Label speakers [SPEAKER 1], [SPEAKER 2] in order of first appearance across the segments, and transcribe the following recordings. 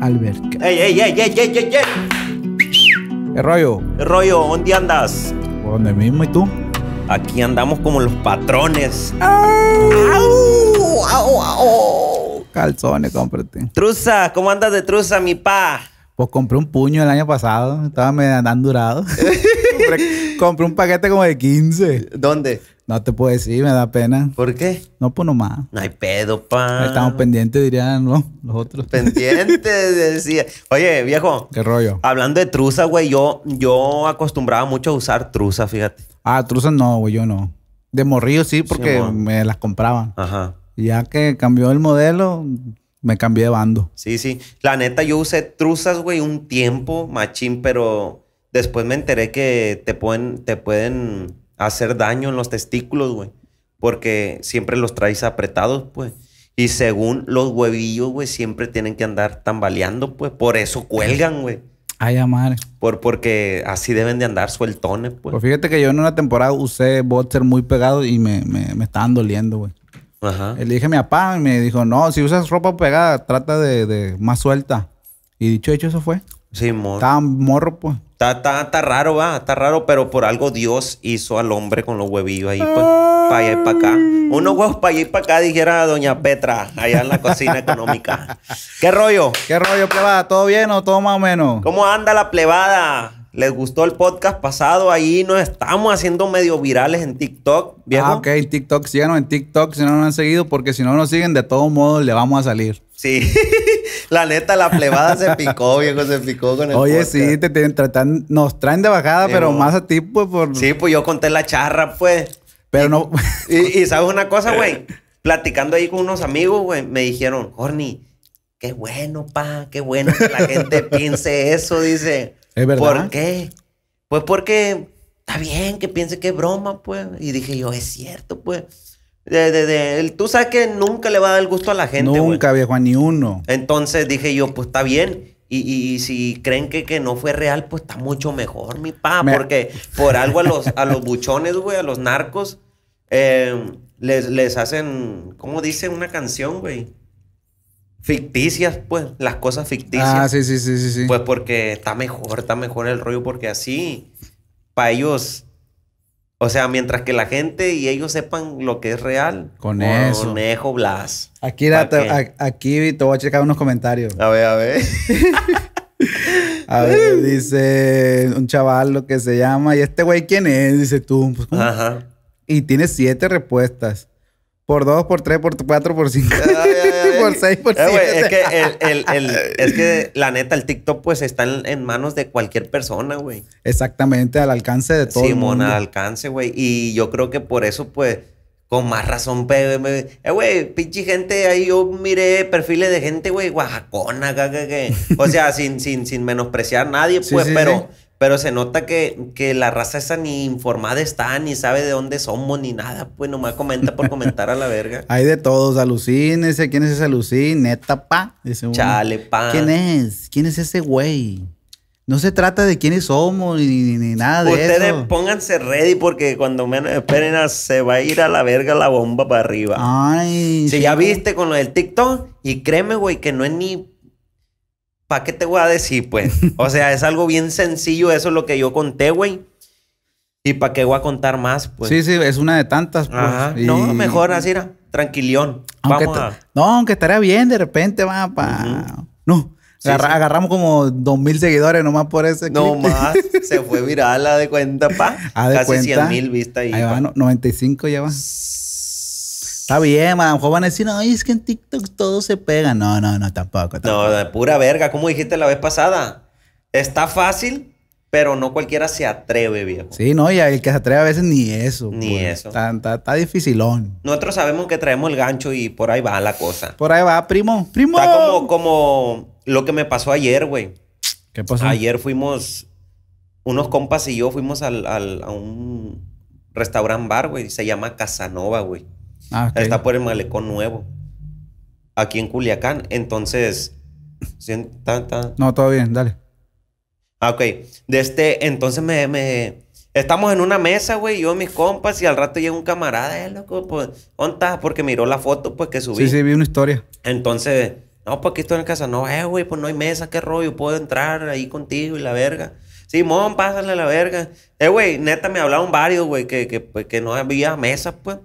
[SPEAKER 1] Alberca.
[SPEAKER 2] ¡Ey, ey, ey, ey, ey, ey, ey!
[SPEAKER 3] ¿Qué rollo?
[SPEAKER 2] ¿Qué rollo? ¿Dónde andas?
[SPEAKER 3] ¿Dónde mismo y tú?
[SPEAKER 2] Aquí andamos como los patrones.
[SPEAKER 3] Calzones, cómprate.
[SPEAKER 2] Truza, ¿cómo andas de truza, mi pa?
[SPEAKER 3] Pues compré un puño el año pasado. Estaba me andando durado. compré, compré un paquete como de 15.
[SPEAKER 2] ¿Dónde?
[SPEAKER 3] No te puedo decir, me da pena.
[SPEAKER 2] ¿Por qué?
[SPEAKER 3] No, pues nomás.
[SPEAKER 2] No hay pedo, pa.
[SPEAKER 3] Estamos pendientes, dirían ¿no? los otros.
[SPEAKER 2] pendientes, decía. Oye, viejo,
[SPEAKER 3] ¿Qué rollo?
[SPEAKER 2] hablando de truza, güey, yo, yo acostumbraba mucho a usar truza, fíjate.
[SPEAKER 3] Ah, truzas no, güey, yo no. De morrillo sí, porque
[SPEAKER 2] mo.
[SPEAKER 3] me las compraban.
[SPEAKER 2] Ajá.
[SPEAKER 3] Y Ya que cambió el modelo, me cambié de bando.
[SPEAKER 2] Sí, sí. La neta, yo usé truzas, güey, un tiempo, machín, pero después me enteré que te pueden, te pueden hacer daño en los testículos, güey. Porque siempre los traes apretados, pues. Y según los huevillos, güey, siempre tienen que andar tambaleando, pues. Por eso cuelgan, güey.
[SPEAKER 3] Ay, ya madre.
[SPEAKER 2] Por, porque así deben de andar sueltones, pues.
[SPEAKER 3] Pues fíjate que yo en una temporada usé boxer muy pegado y me, me, me estaban doliendo, güey.
[SPEAKER 2] Ajá.
[SPEAKER 3] Le dije a mi papá y me dijo, no, si usas ropa pegada, trata de, de más suelta. Y dicho hecho, eso fue.
[SPEAKER 2] Sí, mo.
[SPEAKER 3] Estaba morro, pues.
[SPEAKER 2] Está, está, está raro, va, está raro, pero por algo Dios hizo al hombre con los huevillos ahí, pues, para allá y para acá. Unos huevos para allá y para acá, dijera doña Petra, allá en la cocina económica. ¿Qué rollo?
[SPEAKER 3] ¿Qué rollo, plebada? ¿Todo bien o todo más o menos?
[SPEAKER 2] ¿Cómo anda la plebada? ¿Les gustó el podcast pasado? Ahí nos estamos haciendo medio virales en TikTok, viejo.
[SPEAKER 3] Ah, ok, en TikTok. Síganos en TikTok si no nos han seguido, porque si no nos siguen, de todos modos le vamos a salir.
[SPEAKER 2] Sí. la neta, la plebada se picó, viejo, se picó con el
[SPEAKER 3] Oye,
[SPEAKER 2] podcast.
[SPEAKER 3] sí, te, tienen- tratan- nos traen de bajada,
[SPEAKER 2] Sí,
[SPEAKER 3] pero
[SPEAKER 2] mo.
[SPEAKER 3] más a ti, pues, por...
[SPEAKER 2] Sí, pues yo conté la charra, pues.
[SPEAKER 3] Pero no...
[SPEAKER 2] Y, y sabes una cosa, güey. Platicando ahí con unos amigos, güey, me dijeron, Corny, qué bueno, pa, qué bueno que la gente piense eso, dice.
[SPEAKER 3] ¿Es verdad?
[SPEAKER 2] ¿Por qué? Pues porque está bien que piense que es broma, pues. Y dije yo, es cierto, pues. De, de- de- el- tú sabes que nunca le va a dar el gusto a la gente, güey.
[SPEAKER 3] Nunca, viejo, a ni uno.
[SPEAKER 2] Entonces dije yo, pues está bien. Y, y- y si creen que, que no fue real, pues está mucho mejor, mi pa.
[SPEAKER 3] Me-
[SPEAKER 2] Porque por algo a los, a los buchones, güey, a los narcos, eh, les, les hacen, ¿cómo dice una canción, güey? Ficticias, pues, las cosas ficticias.
[SPEAKER 3] Ah, sí, sí, sí, sí, sí.
[SPEAKER 2] Pues porque está mejor, está mejor el rollo, porque así, para ellos, o sea, mientras que la gente y ellos sepan lo que es real.
[SPEAKER 3] Con eso.
[SPEAKER 2] Conejo Blas.
[SPEAKER 3] Aquí, la-
[SPEAKER 2] ¿Pa
[SPEAKER 3] te-
[SPEAKER 2] qué?
[SPEAKER 3] a- aquí te voy a checar unos comentarios.
[SPEAKER 2] A ver, a ver.
[SPEAKER 3] A ver, dice un chaval lo que se llama. ¿Y este güey quién es? Dice tú. Pues, ¿cómo?
[SPEAKER 2] Ajá.
[SPEAKER 3] Y tiene siete respuestas. Por dos, por tres, por cuatro, por cinco. por seis, por
[SPEAKER 2] Eh,
[SPEAKER 3] siete.
[SPEAKER 2] güey, es, que el- el- el- es que la neta, el TikTok pues está en, en manos de cualquier persona, güey.
[SPEAKER 3] Exactamente, al alcance de todo el
[SPEAKER 2] Simón
[SPEAKER 3] mundo.
[SPEAKER 2] al alcance, güey. Y yo creo que por eso, pues, con más razón, pe- me- eh, güey, pinche gente, ahí yo miré perfiles de gente, güey, oaxacona, acá, que, que- o sea, sin, sin, sin menospreciar a nadie,
[SPEAKER 3] Sí,
[SPEAKER 2] pues,
[SPEAKER 3] sí,
[SPEAKER 2] pero, pero se nota que, que la raza esa ni informada está, ni sabe de dónde somos, ni nada, pues, nomás comenta por comentar a la verga.
[SPEAKER 3] Hay de todos. Alucín, dice, ¿quién es ese Alucín? Neta, pa. Dice uno.
[SPEAKER 2] Chale, ah. pa.
[SPEAKER 3] ¿Quién es? ¿Quién es ese güey? No se trata de quiénes somos ni, ni- ni nada de
[SPEAKER 2] Ustedes
[SPEAKER 3] eso.
[SPEAKER 2] pónganse ready porque cuando menos esperen a- se va a ir a la verga la bomba para arriba.
[SPEAKER 3] Ay.
[SPEAKER 2] si
[SPEAKER 3] Ah, sí.
[SPEAKER 2] ya viste con lo del TikTok y créeme, güey, que no es ni... ¿Para qué te voy a decir, pues? O sea, es algo bien sencillo, eso es lo que yo conté, güey. ¿Y para qué voy a contar más, pues?
[SPEAKER 3] sí, sí, es una de tantas. pues,
[SPEAKER 2] Ajá.
[SPEAKER 3] y-
[SPEAKER 2] No, mejor así, era. tranquilión.
[SPEAKER 3] Aunque
[SPEAKER 2] Vamos
[SPEAKER 3] ta-
[SPEAKER 2] a...
[SPEAKER 3] No, aunque estaría bien de repente, va, pa. No.
[SPEAKER 2] Sí,
[SPEAKER 3] agarra-
[SPEAKER 2] sí.
[SPEAKER 3] Agarramos como dos mil seguidores nomás por ese
[SPEAKER 2] No
[SPEAKER 3] clip.
[SPEAKER 2] más, se fue viral, la de cuenta, pa.
[SPEAKER 3] Ah, de
[SPEAKER 2] Casi
[SPEAKER 3] cuenta.
[SPEAKER 2] 100 mil vistas ahí.
[SPEAKER 3] Ahí va,
[SPEAKER 2] pa.
[SPEAKER 3] no- 95 ya va. Está bien, ma, a lo mejor van a decir, ay, es que en TikTok todo se pega. No, no, no, tampoco. tampoco.
[SPEAKER 2] No, de pura verga, como dijiste la vez pasada. Está fácil, pero no cualquiera se atreve, viejo.
[SPEAKER 3] Sí, no, y el que se atreve a veces ni eso. pues.
[SPEAKER 2] Ni eso.
[SPEAKER 3] Está, está- está dificilón.
[SPEAKER 2] Nosotros sabemos que traemos el gancho y por ahí va la cosa.
[SPEAKER 3] Por ahí va, primo. Primo.
[SPEAKER 2] Está como, como lo que me pasó ayer, güey.
[SPEAKER 3] ¿Qué pasó?
[SPEAKER 2] Ayer fuimos, unos compas y yo fuimos al, al- a un restaurant bar, güey. Se llama Casanova, güey.
[SPEAKER 3] Ah, ok.
[SPEAKER 2] Está por el malecón nuevo. Aquí en Culiacán. Entonces, sí, está- está-
[SPEAKER 3] No, todo bien, dale.
[SPEAKER 2] Ah, ok. De este, entonces me, me- Estamos en una mesa, güey, yo y mis compas, y al rato llega un camarada, eh, loco, pues, ¿dónde estás? Porque miró la foto, pues, que subí.
[SPEAKER 3] Sí, sí, vi una historia.
[SPEAKER 2] Entonces, No, pues aquí estoy en casa. No, eh, güey, pues no hay mesa, qué rollo. Puedo entrar ahí contigo y la verga. Simón, pásale la verga. Eh, güey, neta, me hablaron varios, güey, que, que, pues, que no había mesa, pues.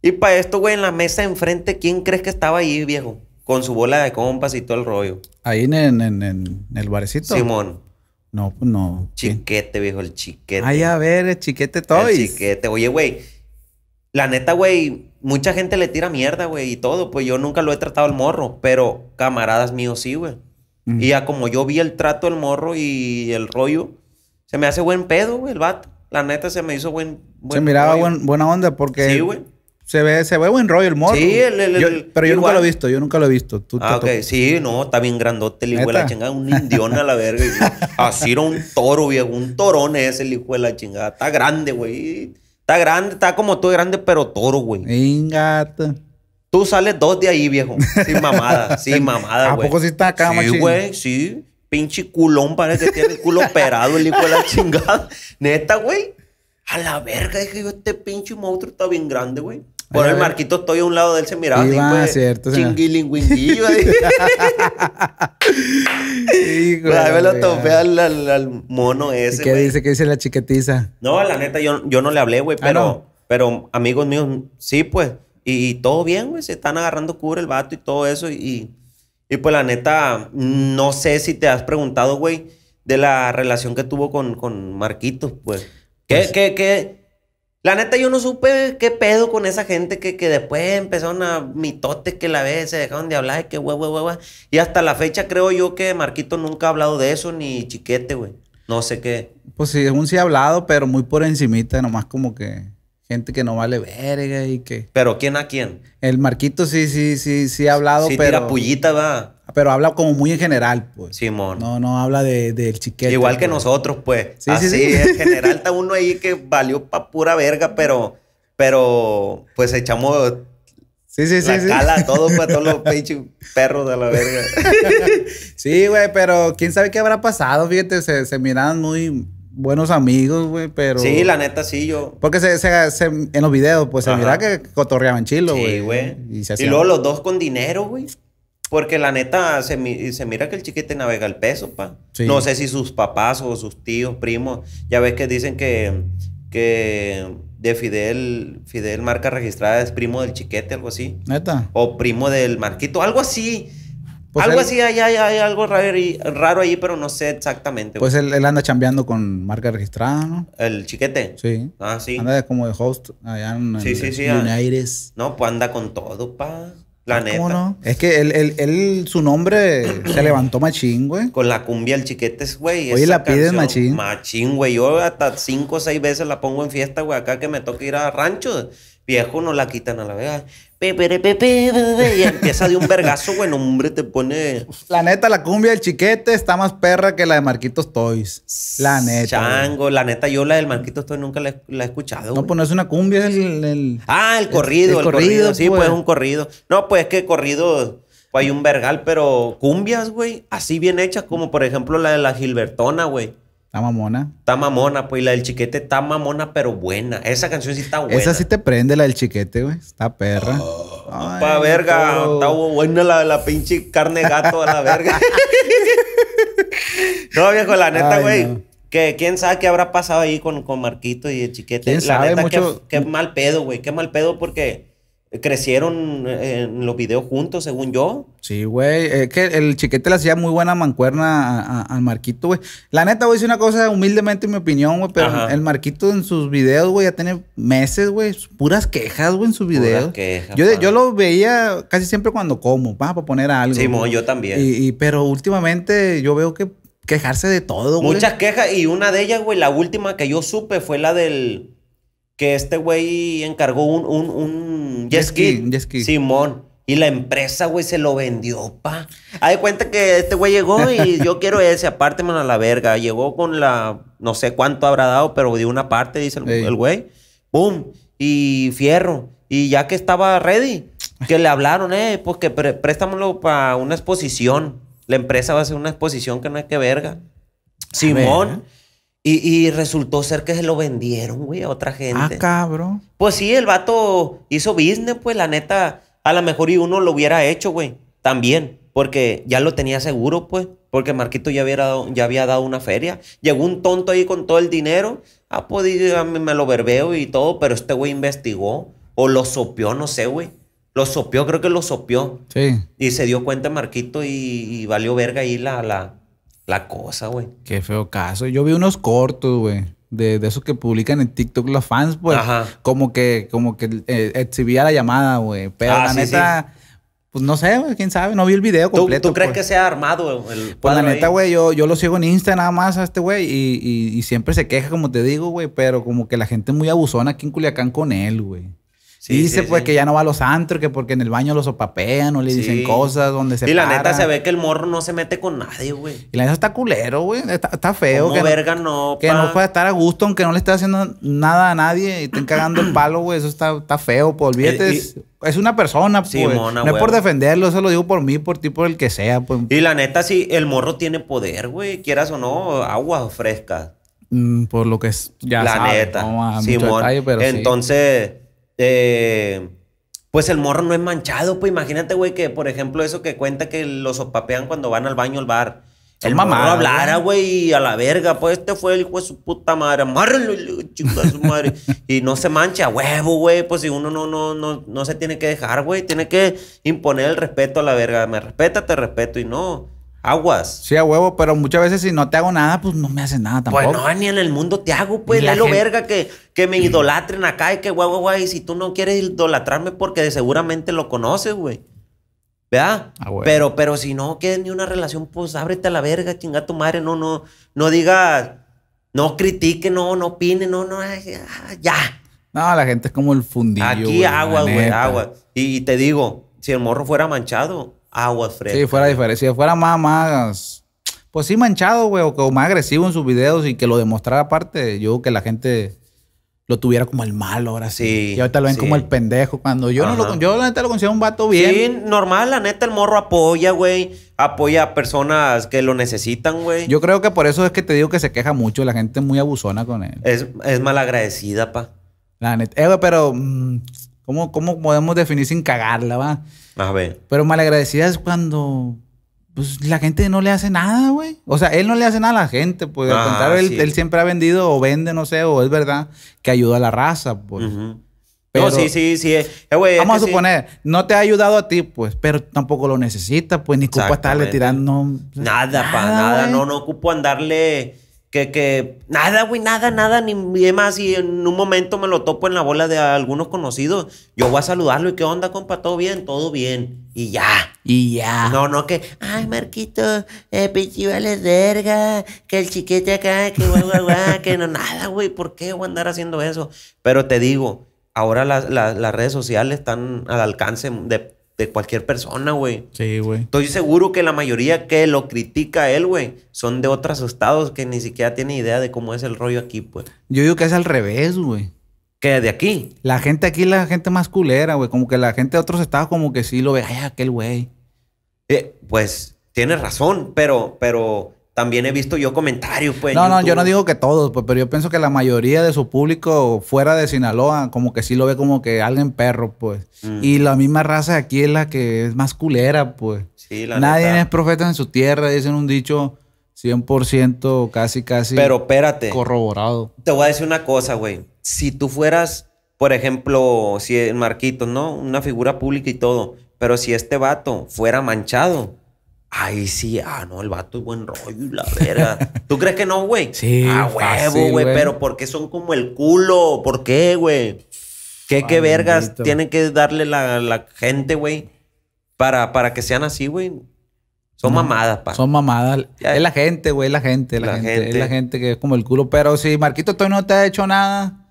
[SPEAKER 2] Y para esto, güey, en la mesa enfrente, ¿quién crees que estaba ahí, viejo? Con su bola de compas y todo el rollo.
[SPEAKER 3] Ahí en, en, en- en el barecito.
[SPEAKER 2] Simón.
[SPEAKER 3] No, pues no. ¿Quién?
[SPEAKER 2] Chiquete, viejo, el chiquete.
[SPEAKER 3] Ay, a ver, el chiquete
[SPEAKER 2] El
[SPEAKER 3] Toys.
[SPEAKER 2] chiquete. Oye, güey. La neta, güey, mucha gente le tira mierda, güey, y todo. Pues yo nunca lo he tratado al morro, pero camaradas míos sí, güey.
[SPEAKER 3] Mm.
[SPEAKER 2] Y ya como yo vi el trato del morro y el rollo, se me hace buen pedo, güey, el vato. La neta se me hizo buen.
[SPEAKER 3] Se
[SPEAKER 2] buen
[SPEAKER 3] miraba
[SPEAKER 2] rollo.
[SPEAKER 3] buen- buena onda porque
[SPEAKER 2] Sí, güey.
[SPEAKER 3] se ve, se ve buen rollo el morro.
[SPEAKER 2] Sí, el- el-
[SPEAKER 3] Yo-
[SPEAKER 2] el-
[SPEAKER 3] pero yo nunca
[SPEAKER 2] igual.
[SPEAKER 3] lo he visto, yo nunca lo he visto. Tú,
[SPEAKER 2] Ah,
[SPEAKER 3] te
[SPEAKER 2] ok. Sí, no, está bien grandote el hijo de la
[SPEAKER 3] ¿Neta?
[SPEAKER 2] chingada. Un indión a la verga. güey. Así era un toro, viejo. Un torón es el hijo de la chingada. Está grande, güey. Está grande, está como tú grande, pero toro, güey.
[SPEAKER 3] tocó. Ingato.
[SPEAKER 2] Tú sales dos de ahí, viejo. Sin mamada, sin mamada,
[SPEAKER 3] ¿A
[SPEAKER 2] güey.
[SPEAKER 3] poco sí está acá,
[SPEAKER 2] Sí,
[SPEAKER 3] machín?
[SPEAKER 2] güey, sí. Pinche culón, parece que tiene el culo operado el hijo de la chingada. Neta, güey. A la verga, dije yo, este pinche monstruo está bien grande, güey. Por
[SPEAKER 3] Ay, a
[SPEAKER 2] el
[SPEAKER 3] ver.
[SPEAKER 2] marquito estoy a un lado de él, se miraba así,
[SPEAKER 3] Iba,
[SPEAKER 2] güey.
[SPEAKER 3] cierto, se miraba.
[SPEAKER 2] Chinguilinguinguillo, ahí.
[SPEAKER 3] Hijo de
[SPEAKER 2] Ahí me
[SPEAKER 3] la
[SPEAKER 2] lo topé
[SPEAKER 3] fregada.
[SPEAKER 2] al, al- al mono
[SPEAKER 3] ¿Y
[SPEAKER 2] ese,
[SPEAKER 3] qué
[SPEAKER 2] güey.
[SPEAKER 3] dice? ¿Qué dice la chiquetiza?
[SPEAKER 2] No, la neta, yo, yo no le hablé, güey,
[SPEAKER 3] Ah,
[SPEAKER 2] pero,
[SPEAKER 3] no.
[SPEAKER 2] pero amigos míos, sí, pues. Y, y todo bien, güey, se están agarrando cura el vato y todo eso. Y, y pues la neta, no sé si te has preguntado, güey, de la relación que tuvo con, con Marquitos, pues. ¿Qué,
[SPEAKER 3] Pues-
[SPEAKER 2] qué, qué? La neta, yo no supe qué pedo con esa gente que, que después empezaron a mitotes que la vez se dejaron de hablar, que güey, güey, güey, güey. Y hasta la fecha creo yo que Marquito nunca ha hablado de eso, ni chiquete, güey. No sé qué.
[SPEAKER 3] Pues sí, un sí hablado, pero muy por encimita, nomás como que gente que no vale verga y que...
[SPEAKER 2] Pero ¿quién a quién?
[SPEAKER 3] El Marquito sí, sí, sí, sí ha hablado,
[SPEAKER 2] sí,
[SPEAKER 3] pero...
[SPEAKER 2] tira pullita, va.
[SPEAKER 3] Pero habla como muy en general, pues.
[SPEAKER 2] Simón.
[SPEAKER 3] No, no habla de, del chiquete.
[SPEAKER 2] Igual que
[SPEAKER 3] pues.
[SPEAKER 2] nosotros, pues.
[SPEAKER 3] Sí, sí,
[SPEAKER 2] Así,
[SPEAKER 3] sí.
[SPEAKER 2] en general, está uno ahí que valió pa' pura verga, pero, pero pues echamos
[SPEAKER 3] Sí, sí, sí.
[SPEAKER 2] la
[SPEAKER 3] sí.
[SPEAKER 2] cala a todos, pues, a todos los pinches perros de la verga.
[SPEAKER 3] Sí, güey, pero quién sabe qué habrá pasado, fíjate, se, se miraban muy buenos amigos, güey, pero...
[SPEAKER 2] Sí, la neta, sí, yo.
[SPEAKER 3] Porque se, se- se- en los videos, pues se
[SPEAKER 2] Ajá.
[SPEAKER 3] miraba que cotorreaban chilo, güey.
[SPEAKER 2] Sí, güey. Y,
[SPEAKER 3] Y se hacían...
[SPEAKER 2] luego los dos con dinero, güey. Porque la neta, se, mi- se mira que el chiquete navega el peso, pa.
[SPEAKER 3] Sí.
[SPEAKER 2] No sé si sus papás o sus tíos, primos. Ya ves que dicen que, que de Fidel, Fidel marca registrada es primo del chiquete, algo así.
[SPEAKER 3] Neta.
[SPEAKER 2] O primo del marquito, algo así.
[SPEAKER 3] Pues
[SPEAKER 2] algo
[SPEAKER 3] él-
[SPEAKER 2] así, hay, hay- hay algo raro, ahí- raro ahí, pero no sé exactamente. güey.
[SPEAKER 3] Pues él, él anda chambeando con marca registrada, ¿no?
[SPEAKER 2] el chiquete.
[SPEAKER 3] Sí.
[SPEAKER 2] Ah, sí.
[SPEAKER 3] Anda de- como de host allá en, en
[SPEAKER 2] Sí, sí, sí,
[SPEAKER 3] Buenos
[SPEAKER 2] ah.
[SPEAKER 3] Aires. Ah,
[SPEAKER 2] No, pues anda con todo, pa. La neta.
[SPEAKER 3] ¿Cómo no? Es que él, él- él- su nombre se levantó machín, güey.
[SPEAKER 2] Con la cumbia el chiquetes, güey.
[SPEAKER 3] Oye,
[SPEAKER 2] esa
[SPEAKER 3] la pides
[SPEAKER 2] canción,
[SPEAKER 3] machín.
[SPEAKER 2] Machín, güey. Yo hasta cinco o seis veces la pongo en fiesta, güey. Acá que me toca ir a rancho. Viejo, no la quitan a la vega. Pe, pe, re, pe, pe, pe, pe, Y empieza de un vergazo, güey. No, hombre, te pone...
[SPEAKER 3] La neta, la cumbia del chiquete está más perra que la de Marquitos Toys. La neta. güey.
[SPEAKER 2] Chango. La neta, yo la del Marquito estoy nunca la, he- la he escuchado,
[SPEAKER 3] No,
[SPEAKER 2] güey.
[SPEAKER 3] pues no es una cumbia, es el. el-
[SPEAKER 2] Ah, el corrido, el,
[SPEAKER 3] el
[SPEAKER 2] corrido.
[SPEAKER 3] corrido,
[SPEAKER 2] Sí,
[SPEAKER 3] pues.
[SPEAKER 2] pues un corrido. No, pues es que corrido... Pues hay un vergal, pero cumbias, güey. Así bien hechas, como por ejemplo la de la Gilbertona, güey.
[SPEAKER 3] La mamona.
[SPEAKER 2] Está mamona, pues, y la del chiquete está mamona, pero buena. Esa canción sí está buena. Oh,
[SPEAKER 3] Esa sí te prende, la del chiquete, güey. Está perra. Ay,
[SPEAKER 2] Pa' verga,
[SPEAKER 3] toro.
[SPEAKER 2] está bu- buena la, la pinche carne gato a la verga. no, viejo, la neta,
[SPEAKER 3] Ay,
[SPEAKER 2] güey.
[SPEAKER 3] no.
[SPEAKER 2] Que quién sabe qué habrá pasado ahí con, con Marquito y el chiquete.
[SPEAKER 3] ¿Quién
[SPEAKER 2] la
[SPEAKER 3] sabe?
[SPEAKER 2] neta, qué-
[SPEAKER 3] Mucho-
[SPEAKER 2] qué, mal pedo, güey. Qué mal pedo porque crecieron eh, en los videos juntos, según yo.
[SPEAKER 3] Sí, güey. Es que el chiquete le hacía muy buena mancuerna a- a- al Marquito, güey. La neta, voy a decir una cosa humildemente en mi opinión, güey. Pero
[SPEAKER 2] Ajá.
[SPEAKER 3] el Marquito en sus videos, güey, ya tiene meses, güey. Puras quejas, güey, en sus
[SPEAKER 2] Puras
[SPEAKER 3] videos.
[SPEAKER 2] quejas,
[SPEAKER 3] yo, de-
[SPEAKER 2] pa.
[SPEAKER 3] yo lo veía casi siempre cuando como, pa, para poner algo.
[SPEAKER 2] Sí, mo,
[SPEAKER 3] güey.
[SPEAKER 2] yo también.
[SPEAKER 3] Y, y- pero últimamente yo veo que quejarse de todo, güey.
[SPEAKER 2] Muchas quejas y una de ellas, güey, la última que yo supe fue la del que este güey encargó un, un, un jet
[SPEAKER 3] Jet ski,
[SPEAKER 2] ski,
[SPEAKER 3] jet ski.
[SPEAKER 2] Simón. Y la empresa, güey, se lo vendió, pa. Haz de cuenta que este güey llegó y yo quiero ese, apártemelo a la verga. Llegó con la, no sé cuánto habrá dado, pero de una parte, dice el-
[SPEAKER 3] Ey.
[SPEAKER 2] el güey. ¡Pum! Y fierro. Y ya que estaba ready, que le hablaron, eh, pues que pre- préstamelo para una exposición. La empresa va a hacer una exposición que no es que verga. Simón. Y, y resultó ser que se lo vendieron, güey, a otra
[SPEAKER 3] Ah,
[SPEAKER 2] gente.
[SPEAKER 3] cabrón.
[SPEAKER 2] Pues sí, el vato hizo business, pues la neta, a lo mejor y uno lo hubiera hecho, güey, también. Porque ya lo tenía seguro, pues. Porque Marquito ya había dado, ya había dado una feria. Llegó un tonto ahí con todo el dinero. Ah, pues dije, a mí me lo verbeo y todo, pero este güey investigó. O lo sopió, no sé, güey. Lo sopió, creo que lo sopió.
[SPEAKER 3] Sí.
[SPEAKER 2] Y se dio cuenta Marquito y, y valió verga ahí la, la, la cosa, güey.
[SPEAKER 3] Qué feo caso. Yo vi unos cortos, güey. De, de esos que publican en TikTok los fans, pues.
[SPEAKER 2] Ajá.
[SPEAKER 3] Como que, como que eh, exhibía la llamada, güey. Pero
[SPEAKER 2] Ah,
[SPEAKER 3] la
[SPEAKER 2] sí,
[SPEAKER 3] neta, pues no sé, güey, quién sabe. No vi el video
[SPEAKER 2] ¿Tú,
[SPEAKER 3] completo.
[SPEAKER 2] tú crees
[SPEAKER 3] pues.
[SPEAKER 2] que sea armado el- el
[SPEAKER 3] Pues la
[SPEAKER 2] cuadro ahí?
[SPEAKER 3] neta, güey, yo, yo lo sigo en Insta nada más a este güey y, y- y siempre se queja, como te digo, güey, pero como que la gente es muy abusona aquí en Culiacán con él, güey.
[SPEAKER 2] Sí,
[SPEAKER 3] dice
[SPEAKER 2] sí,
[SPEAKER 3] pues
[SPEAKER 2] sí.
[SPEAKER 3] que ya no va a los antros, que porque en el baño los sopapean o le
[SPEAKER 2] Sí.
[SPEAKER 3] dicen cosas donde se
[SPEAKER 2] Y la neta
[SPEAKER 3] para.
[SPEAKER 2] se ve que el morro no se mete con nadie, güey.
[SPEAKER 3] Y la neta está culero, güey. Está, está feo.
[SPEAKER 2] Como
[SPEAKER 3] que no-
[SPEAKER 2] verga no,
[SPEAKER 3] que
[SPEAKER 2] pa.
[SPEAKER 3] no pueda estar a gusto, aunque no le esté haciendo nada a nadie y estén cagando el palo, güey. Eso está, está feo, pues olvídate.
[SPEAKER 2] Eh, Y- y-
[SPEAKER 3] es, es una persona, pues.
[SPEAKER 2] Sí, mona,
[SPEAKER 3] no es por
[SPEAKER 2] huevo.
[SPEAKER 3] defenderlo, eso lo digo por mí, por ti, por el que sea, pues.
[SPEAKER 2] Y la neta, sí, el morro tiene poder, güey. Quieras o no, agua fresca.
[SPEAKER 3] Mm, por lo que es. Ya
[SPEAKER 2] la
[SPEAKER 3] sabe,
[SPEAKER 2] neta.
[SPEAKER 3] no a mucho
[SPEAKER 2] Simón.
[SPEAKER 3] detalle, pero sí.
[SPEAKER 2] Entonces, eh, pues el morro no es manchado. Pues imagínate, güey, que por ejemplo, eso que cuenta que los sopapean cuando van al baño al bar.
[SPEAKER 3] Son
[SPEAKER 2] El mamá
[SPEAKER 3] mamadas,
[SPEAKER 2] hablara, güey, y a la verga. Pues este fue el hijo de su puta madre. Amárrenlo, y le digo, chinga su madre. y no se mancha, huevo, güey. Pues si uno no, no, no, no se tiene que dejar, güey. Tiene que imponer el respeto a la verga. Me respeta, te respeto. Y no, aguas.
[SPEAKER 3] Sí, a huevo, pero muchas veces si no te hago nada, pues no me haces nada tampoco.
[SPEAKER 2] Pues no, ni en el mundo te hago, pues.
[SPEAKER 3] Y la
[SPEAKER 2] Lelo
[SPEAKER 3] gente-
[SPEAKER 2] verga que, que me idolatren acá y que guau, guau, guau. Y si tú no quieres idolatrarme porque seguramente lo conoces, güey. ¿Verdad?
[SPEAKER 3] Ah, güey.
[SPEAKER 2] pero, pero si no quieres ni una relación, pues ábrete a la verga, chinga tu madre. No, no, no digas, no critique, no, no opine, no, no, ay, ah, ya.
[SPEAKER 3] No, la gente es como el fundillo.
[SPEAKER 2] Aquí
[SPEAKER 3] güey, la
[SPEAKER 2] agua, güey,
[SPEAKER 3] neta.
[SPEAKER 2] agua. Y, y te digo, si el morro fuera manchado, agua fresca.
[SPEAKER 3] Sí, fuera diferente. Si fuera más, más. Pues sí, manchado, güey, o, o más agresivo en sus videos y que lo demostrara aparte, yo que la gente lo tuviera como el malo ahora sí.
[SPEAKER 2] Sí,
[SPEAKER 3] Y ahorita lo ven
[SPEAKER 2] sí.
[SPEAKER 3] como el pendejo. Cuando yo no
[SPEAKER 2] Ajá.
[SPEAKER 3] lo. Yo la neta lo considero un vato bien.
[SPEAKER 2] Sí, normal, la neta, el morro apoya, güey. Apoya a personas que lo necesitan, güey.
[SPEAKER 3] Yo creo que por eso es que te digo que se queja mucho. La gente es muy abusona con él.
[SPEAKER 2] Es, es malagradecida, pa.
[SPEAKER 3] La neta. Eh, güey, pero. mm, ¿cómo, ¿Cómo podemos definir sin cagarla, va?
[SPEAKER 2] A ver.
[SPEAKER 3] Pero malagradecida es cuando pues, la gente no le hace nada, güey. O sea, él no le hace nada a la gente, pues. Al
[SPEAKER 2] Ah,
[SPEAKER 3] contrario, él,
[SPEAKER 2] sí.
[SPEAKER 3] él siempre ha vendido o vende, no sé, o es verdad, que ayuda a la raza, pues.
[SPEAKER 2] Ujú.
[SPEAKER 3] Pero-
[SPEAKER 2] no, sí, sí, sí. eh, eh, güey, es
[SPEAKER 3] Vamos a
[SPEAKER 2] que sí.
[SPEAKER 3] suponer, no te ha ayudado a ti, pues, pero tampoco lo necesitas, pues, ni culpa estarle
[SPEAKER 2] Exactamente.
[SPEAKER 3] tirando.
[SPEAKER 2] Nada, pa, nada.
[SPEAKER 3] pues, güey.
[SPEAKER 2] No, no ocupo andarle. Que, que. Nada, güey, nada, nada. Ni ni más. Si en un momento me lo topo en la bola de algunos conocidos, yo voy a saludarlo. ¿Y qué onda, compa? ¿Todo bien? Todo bien. Y ya.
[SPEAKER 3] Y ya.
[SPEAKER 2] No, no, que, ay, Marquito, eh, pinche vale verga, que el chiquete acá, que guau, guau, guau, que no, nada, güey, ¿por qué voy a andar haciendo eso? Pero te digo, ahora las- las- las redes sociales están al alcance de, de cualquier persona, güey.
[SPEAKER 3] Sí, güey.
[SPEAKER 2] Estoy seguro que la mayoría que lo critica a él, güey, son de otros estados que ni siquiera tienen idea de cómo es el rollo aquí, pues.
[SPEAKER 3] Yo digo que es al revés, güey.
[SPEAKER 2] Que de aquí.
[SPEAKER 3] La gente aquí, la gente más culera, güey. Como que la gente de otros estados, como que sí lo ve, ay, aquel güey.
[SPEAKER 2] eh, pues tienes razón, pero, pero también he visto yo comentarios, pues. en
[SPEAKER 3] No, no, yo
[SPEAKER 2] YouTube.
[SPEAKER 3] no digo que todos, pues, pero yo pienso que la mayoría de su público fuera de Sinaloa, como que sí lo ve como que alguien perro, pues.
[SPEAKER 2] Mm.
[SPEAKER 3] Y la misma raza de aquí es la que es más culera, pues.
[SPEAKER 2] Sí, la
[SPEAKER 3] Nadie
[SPEAKER 2] neta.
[SPEAKER 3] es profeta en su tierra, dicen un dicho 100% casi, casi
[SPEAKER 2] Pero espérate.
[SPEAKER 3] corroborado.
[SPEAKER 2] Te voy a decir una cosa, güey. Si tú fueras, por ejemplo, si el Marquito, ¿no? Una figura pública y todo. Pero si este vato fuera manchado, ahí sí, ah, no, el vato es buen rollo, y la verga. ¿Tú crees que no, güey?
[SPEAKER 3] Sí,
[SPEAKER 2] Ah,
[SPEAKER 3] fácil,
[SPEAKER 2] huevo, güey.
[SPEAKER 3] güey.
[SPEAKER 2] Pero ¿por qué son como el culo? ¿Por qué, güey? ¿Qué, qué
[SPEAKER 3] Ah,
[SPEAKER 2] vergas
[SPEAKER 3] bendito.
[SPEAKER 2] tienen que darle la, la gente, güey? Para, para que sean así, güey. Son mamadas, pa.
[SPEAKER 3] Son mamadas.
[SPEAKER 2] Ya.
[SPEAKER 3] Es la gente, güey, es la gente, es la,
[SPEAKER 2] La
[SPEAKER 3] gente, Es
[SPEAKER 2] gente.
[SPEAKER 3] la gente que es como el culo. Pero si Marquito todavía no te ha hecho nada,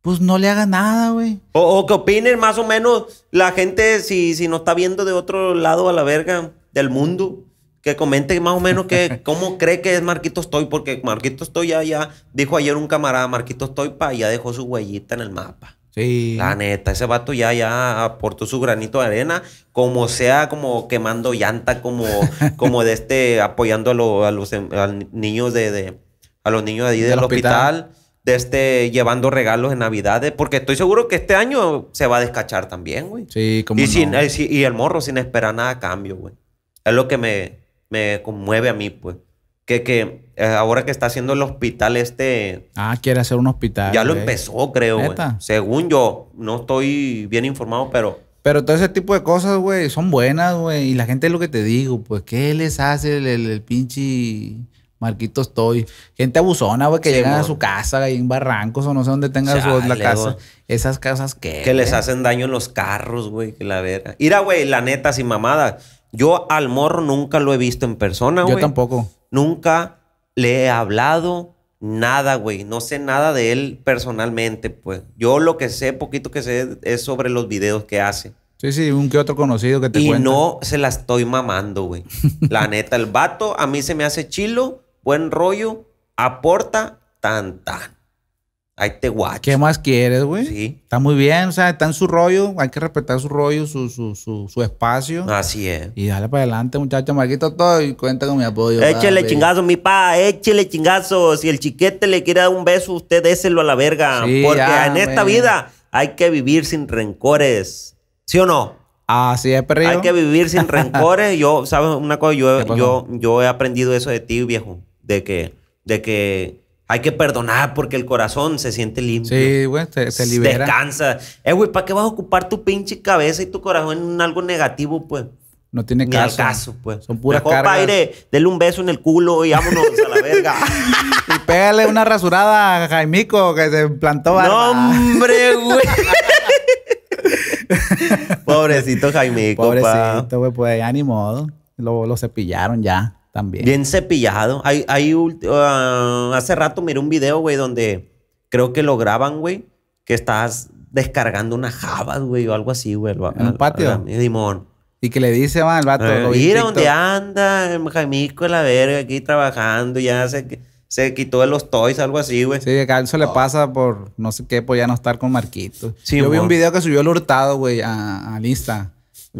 [SPEAKER 3] pues no le hagas nada, güey.
[SPEAKER 2] O, o que opinen más o menos la gente si, si nos está viendo de otro lado a la verga del mundo. Que comente más o menos que cómo cree que es Marquito Estoy, porque Marquito Estoy ya, ya dijo ayer un camarada, Marquito Estoy pa, ya dejó su huellita en el mapa.
[SPEAKER 3] Sí.
[SPEAKER 2] La neta, ese vato ya, ya aportó su granito de arena, como sea, como quemando llanta, como, como de este, apoyando a, lo- a los em- a niños de, de- a los niños de ahí del,
[SPEAKER 3] Del
[SPEAKER 2] hospital.
[SPEAKER 3] hospital.
[SPEAKER 2] de este, llevando regalos en navidades, porque estoy seguro que este año se va a descachar también, güey.
[SPEAKER 3] Sí, como
[SPEAKER 2] Y, sin-
[SPEAKER 3] no.
[SPEAKER 2] el, si- y el morro sin esperar nada a cambio, güey. Es lo que me, me conmueve a mí, pues. Que, que eh, ahora que está haciendo el hospital este,
[SPEAKER 3] Ah, quiere hacer un hospital.
[SPEAKER 2] ya lo
[SPEAKER 3] güey.
[SPEAKER 2] empezó, creo, güey.
[SPEAKER 3] ¿Neta?
[SPEAKER 2] Según yo, no estoy bien informado, pero
[SPEAKER 3] Pero todo ese tipo de cosas, güey, son buenas, güey. Y la gente es lo que te digo, pues, ¿qué les hace el, el- el pinche Marquitos Toy? Gente abusona, güey, que
[SPEAKER 2] Sí,
[SPEAKER 3] llegan a
[SPEAKER 2] mon.
[SPEAKER 3] su casa ahí en Barrancos o no sé dónde tenga su, la
[SPEAKER 2] Chale,
[SPEAKER 3] casa.
[SPEAKER 2] güey.
[SPEAKER 3] Esas casas que.
[SPEAKER 2] que les hacen daño en los carros, güey, que la verga. Mira, güey, la neta, sin mamada. Yo al morro nunca lo he visto en persona,
[SPEAKER 3] Yo
[SPEAKER 2] güey.
[SPEAKER 3] tampoco.
[SPEAKER 2] Nunca le he hablado nada, güey. No sé nada de él personalmente, pues. Yo lo que sé, poquito que sé, es sobre los videos que hace.
[SPEAKER 3] Sí, sí, un que otro conocido que te
[SPEAKER 2] Y
[SPEAKER 3] cuenta.
[SPEAKER 2] no se la estoy mamando, güey. La neta, el vato a mí se me hace chilo, buen rollo, aporta tan tan. Ahí te guacho.
[SPEAKER 3] ¿Qué más quieres, güey?
[SPEAKER 2] Sí,
[SPEAKER 3] Está muy bien, o sea, está en su rollo, hay que respetar su rollo, su, su, su, su espacio.
[SPEAKER 2] así es.
[SPEAKER 3] Y dale para adelante, muchacho, Marquito todo y cuenta con mi apoyo.
[SPEAKER 2] Échele
[SPEAKER 3] papi.
[SPEAKER 2] chingazo, mi pa, échele chingazo. Si el chiquete le quiere dar un beso, usted déselo a la verga.
[SPEAKER 3] Sí,
[SPEAKER 2] Porque
[SPEAKER 3] ya,
[SPEAKER 2] en esta
[SPEAKER 3] güey.
[SPEAKER 2] vida hay que vivir sin rencores. ¿Sí o no?
[SPEAKER 3] Así Ah, es, perrillo.
[SPEAKER 2] Hay que vivir sin rencores. Yo, ¿sabes una cosa? Yo,
[SPEAKER 3] ¿Qué pasó?
[SPEAKER 2] yo, yo he aprendido eso de ti, viejo. De que, de que hay que perdonar porque el corazón se siente limpio.
[SPEAKER 3] Sí, güey, se, se libera.
[SPEAKER 2] Descansa. Eh, güey, ¿para qué vas a ocupar tu pinche cabeza y tu corazón en algo negativo, pues?
[SPEAKER 3] No tiene
[SPEAKER 2] Ni al
[SPEAKER 3] caso.
[SPEAKER 2] caso, pues.
[SPEAKER 3] Son puras
[SPEAKER 2] Mejor
[SPEAKER 3] cargas.
[SPEAKER 2] pa' aire, dele un beso en el culo y vámonos a la verga.
[SPEAKER 3] Y pégale una rasurada a Jaimico que se plantó
[SPEAKER 2] no,
[SPEAKER 3] barba.
[SPEAKER 2] hombre, güey. Pobrecito Jaime, compa.
[SPEAKER 3] Pobrecito, güey, pues ya ni modo. Lo, lo cepillaron ya también.
[SPEAKER 2] Bien cepillado. Hay, hay ulti- ah, hace rato miré un video, güey, donde creo que lo graban, güey, que estás descargando unas jabas, güey, o algo así, güey. lo-
[SPEAKER 3] ¿En un
[SPEAKER 2] al-
[SPEAKER 3] patio?
[SPEAKER 2] al- Simón.
[SPEAKER 3] Y que le dice, va, el vato.
[SPEAKER 2] Eh,
[SPEAKER 3] lo vi en
[SPEAKER 2] mira
[SPEAKER 3] TikTok.
[SPEAKER 2] dónde anda el Jaimico de la verga aquí trabajando, ya se, se quitó de los toys, algo así, güey. Oh.
[SPEAKER 3] Sí, acá eso le pasa por no sé qué, por ya no estar con Marquito.
[SPEAKER 2] Sí,
[SPEAKER 3] Yo vi
[SPEAKER 2] mon.
[SPEAKER 3] un video que subió el hurtado, güey, a- al Insta.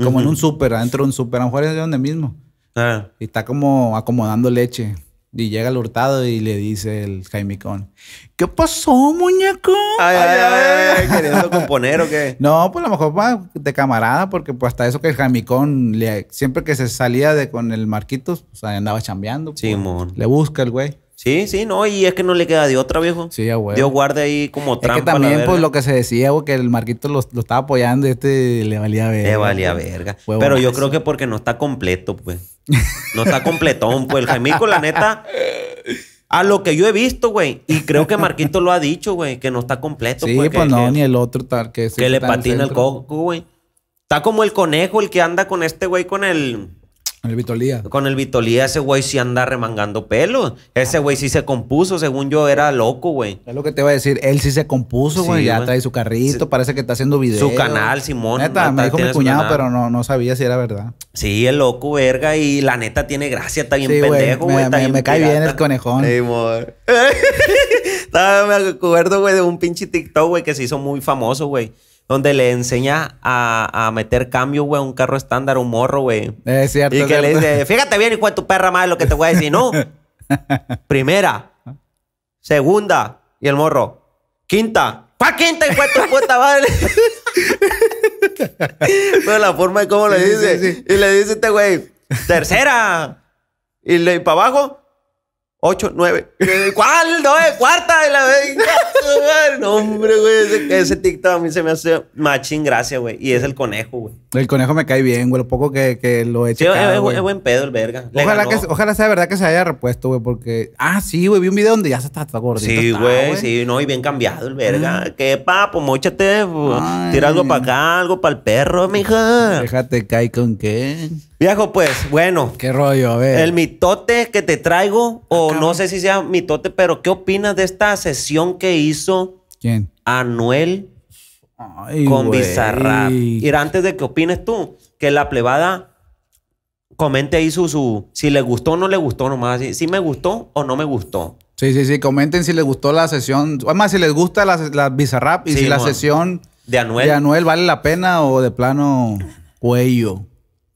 [SPEAKER 3] Como en un súper, adentro de un súper. A lo mejor es de donde mismo.
[SPEAKER 2] Ah.
[SPEAKER 3] Y está como acomodando leche. Y llega el hurtado y le dice el Jaimicón, ¿qué pasó, muñeco?
[SPEAKER 2] Ay, ay, ay, ay, queriendo componer o qué.
[SPEAKER 3] No, pues a lo mejor va de camarada, porque pues hasta eso que el Jaimicón, le- siempre que se salía de con el Marquitos, o sea, andaba chambeando. pues.
[SPEAKER 2] Simón.
[SPEAKER 3] Le busca el güey.
[SPEAKER 2] Sí, sí, no, y es que no le queda de otra, viejo.
[SPEAKER 3] Sí, ya, güey.
[SPEAKER 2] Dios guarde ahí como
[SPEAKER 3] Es
[SPEAKER 2] trampa.
[SPEAKER 3] que
[SPEAKER 2] la
[SPEAKER 3] también, pues
[SPEAKER 2] verga.
[SPEAKER 3] lo que se decía, güey, que el Marquito lo, lo estaba apoyando y este le valía verga.
[SPEAKER 2] Le Eh, valía
[SPEAKER 3] pues.
[SPEAKER 2] verga.
[SPEAKER 3] Huevonazo.
[SPEAKER 2] Pero yo creo que porque no está completo, pues. No está completón, pues. El Jaimico, la neta, a lo que yo he visto, güey. Y creo que Marquito lo ha dicho, güey, que no está completo,
[SPEAKER 3] Sí,
[SPEAKER 2] pues.
[SPEAKER 3] pues,
[SPEAKER 2] que,
[SPEAKER 3] no,
[SPEAKER 2] que-
[SPEAKER 3] ni el otro tal que...
[SPEAKER 2] que
[SPEAKER 3] siempre
[SPEAKER 2] le
[SPEAKER 3] está en
[SPEAKER 2] patina el
[SPEAKER 3] centro.
[SPEAKER 2] coco, güey. Está como el conejo, el que anda con este güey, con el.
[SPEAKER 3] El Vitolía.
[SPEAKER 2] Con el Vitolía, ese güey sí anda remangando pelos. Ese güey sí se compuso, según yo, era loco, güey.
[SPEAKER 3] Es lo que te iba a decir. Él sí se compuso, güey.
[SPEAKER 2] Sí,
[SPEAKER 3] ya
[SPEAKER 2] güey.
[SPEAKER 3] trae su carrito. Parece que está haciendo videos.
[SPEAKER 2] Su canal, Simón.
[SPEAKER 3] Neta,
[SPEAKER 2] Neta,
[SPEAKER 3] me dijo mi
[SPEAKER 2] tiene su
[SPEAKER 3] cuñado,
[SPEAKER 2] canal.
[SPEAKER 3] pero no, no sabía si era verdad.
[SPEAKER 2] Sí, el loco, verga, y la neta tiene gracia, está bien
[SPEAKER 3] Sí, güey,
[SPEAKER 2] pendejo,
[SPEAKER 3] me-
[SPEAKER 2] güey. está
[SPEAKER 3] me-
[SPEAKER 2] bien
[SPEAKER 3] me cae bien
[SPEAKER 2] pirata.
[SPEAKER 3] el conejón.
[SPEAKER 2] Sí, amor. Estaba- me acuerdo, güey, de un pinche TikTok, güey, que se hizo muy famoso, güey. Donde le enseña a, a meter cambio, güey, a un carro estándar, a un morro, güey.
[SPEAKER 3] Es cierto.
[SPEAKER 2] Y
[SPEAKER 3] es
[SPEAKER 2] que le
[SPEAKER 3] cierto.
[SPEAKER 2] dice, fíjate bien, hijo de tu perra madre, lo que te voy a decir. No. Primera. Segunda. Y el morro. Quinta. ¿Cuál quinta, hijo de tu puta madre? Pero la forma de cómo le
[SPEAKER 3] Sí, sí,
[SPEAKER 2] dice.
[SPEAKER 3] sí, sí.
[SPEAKER 2] Y le dice este güey. Tercera. Y le y para abajo. Ocho, nueve. ¿Cuál? No, eh, cuarta. Y la ve- No, hombre, güey. Ese, ese TikTok a mí se me hace machín gracia, güey. Y es el conejo, güey.
[SPEAKER 3] El conejo me cae bien, güey. Lo poco que, que lo he
[SPEAKER 2] Sí,
[SPEAKER 3] checado,
[SPEAKER 2] es, es-
[SPEAKER 3] güey.
[SPEAKER 2] es buen pedo el verga. Le
[SPEAKER 3] Ojalá,
[SPEAKER 2] ganó.
[SPEAKER 3] que, ojalá sea verdad que se haya repuesto, güey, porque... Ah, sí, güey, vi un video donde ya se está, está gordito.
[SPEAKER 2] Sí,
[SPEAKER 3] está, Ah.
[SPEAKER 2] güey, sí, no, y bien cambiado el verga. Que papo, mochate,
[SPEAKER 3] Ay.
[SPEAKER 2] tira algo para acá, algo para el perro, mija.
[SPEAKER 3] Déjate caer con qué.
[SPEAKER 2] Viejo, pues, bueno,
[SPEAKER 3] ¿Qué rollo? A ver.
[SPEAKER 2] el mitote que te traigo, o no sé si sea mitote, pero ¿qué opinas de esta sesión que hizo
[SPEAKER 3] ¿Quién?
[SPEAKER 2] Anuel
[SPEAKER 3] Ay,
[SPEAKER 2] con
[SPEAKER 3] güey.
[SPEAKER 2] Bizarrap? Mira, antes de que opines tú, que la plebada comente ahí su, su si le gustó o no le gustó nomás, si, si me gustó o no me gustó.
[SPEAKER 3] Sí, sí, sí. Comenten si les gustó la sesión. Además, si les gusta la, la Bizarrap y
[SPEAKER 2] Sí,
[SPEAKER 3] si la
[SPEAKER 2] mon.
[SPEAKER 3] sesión
[SPEAKER 2] De Anuel,
[SPEAKER 3] de Anuel vale la pena o de plano cuello.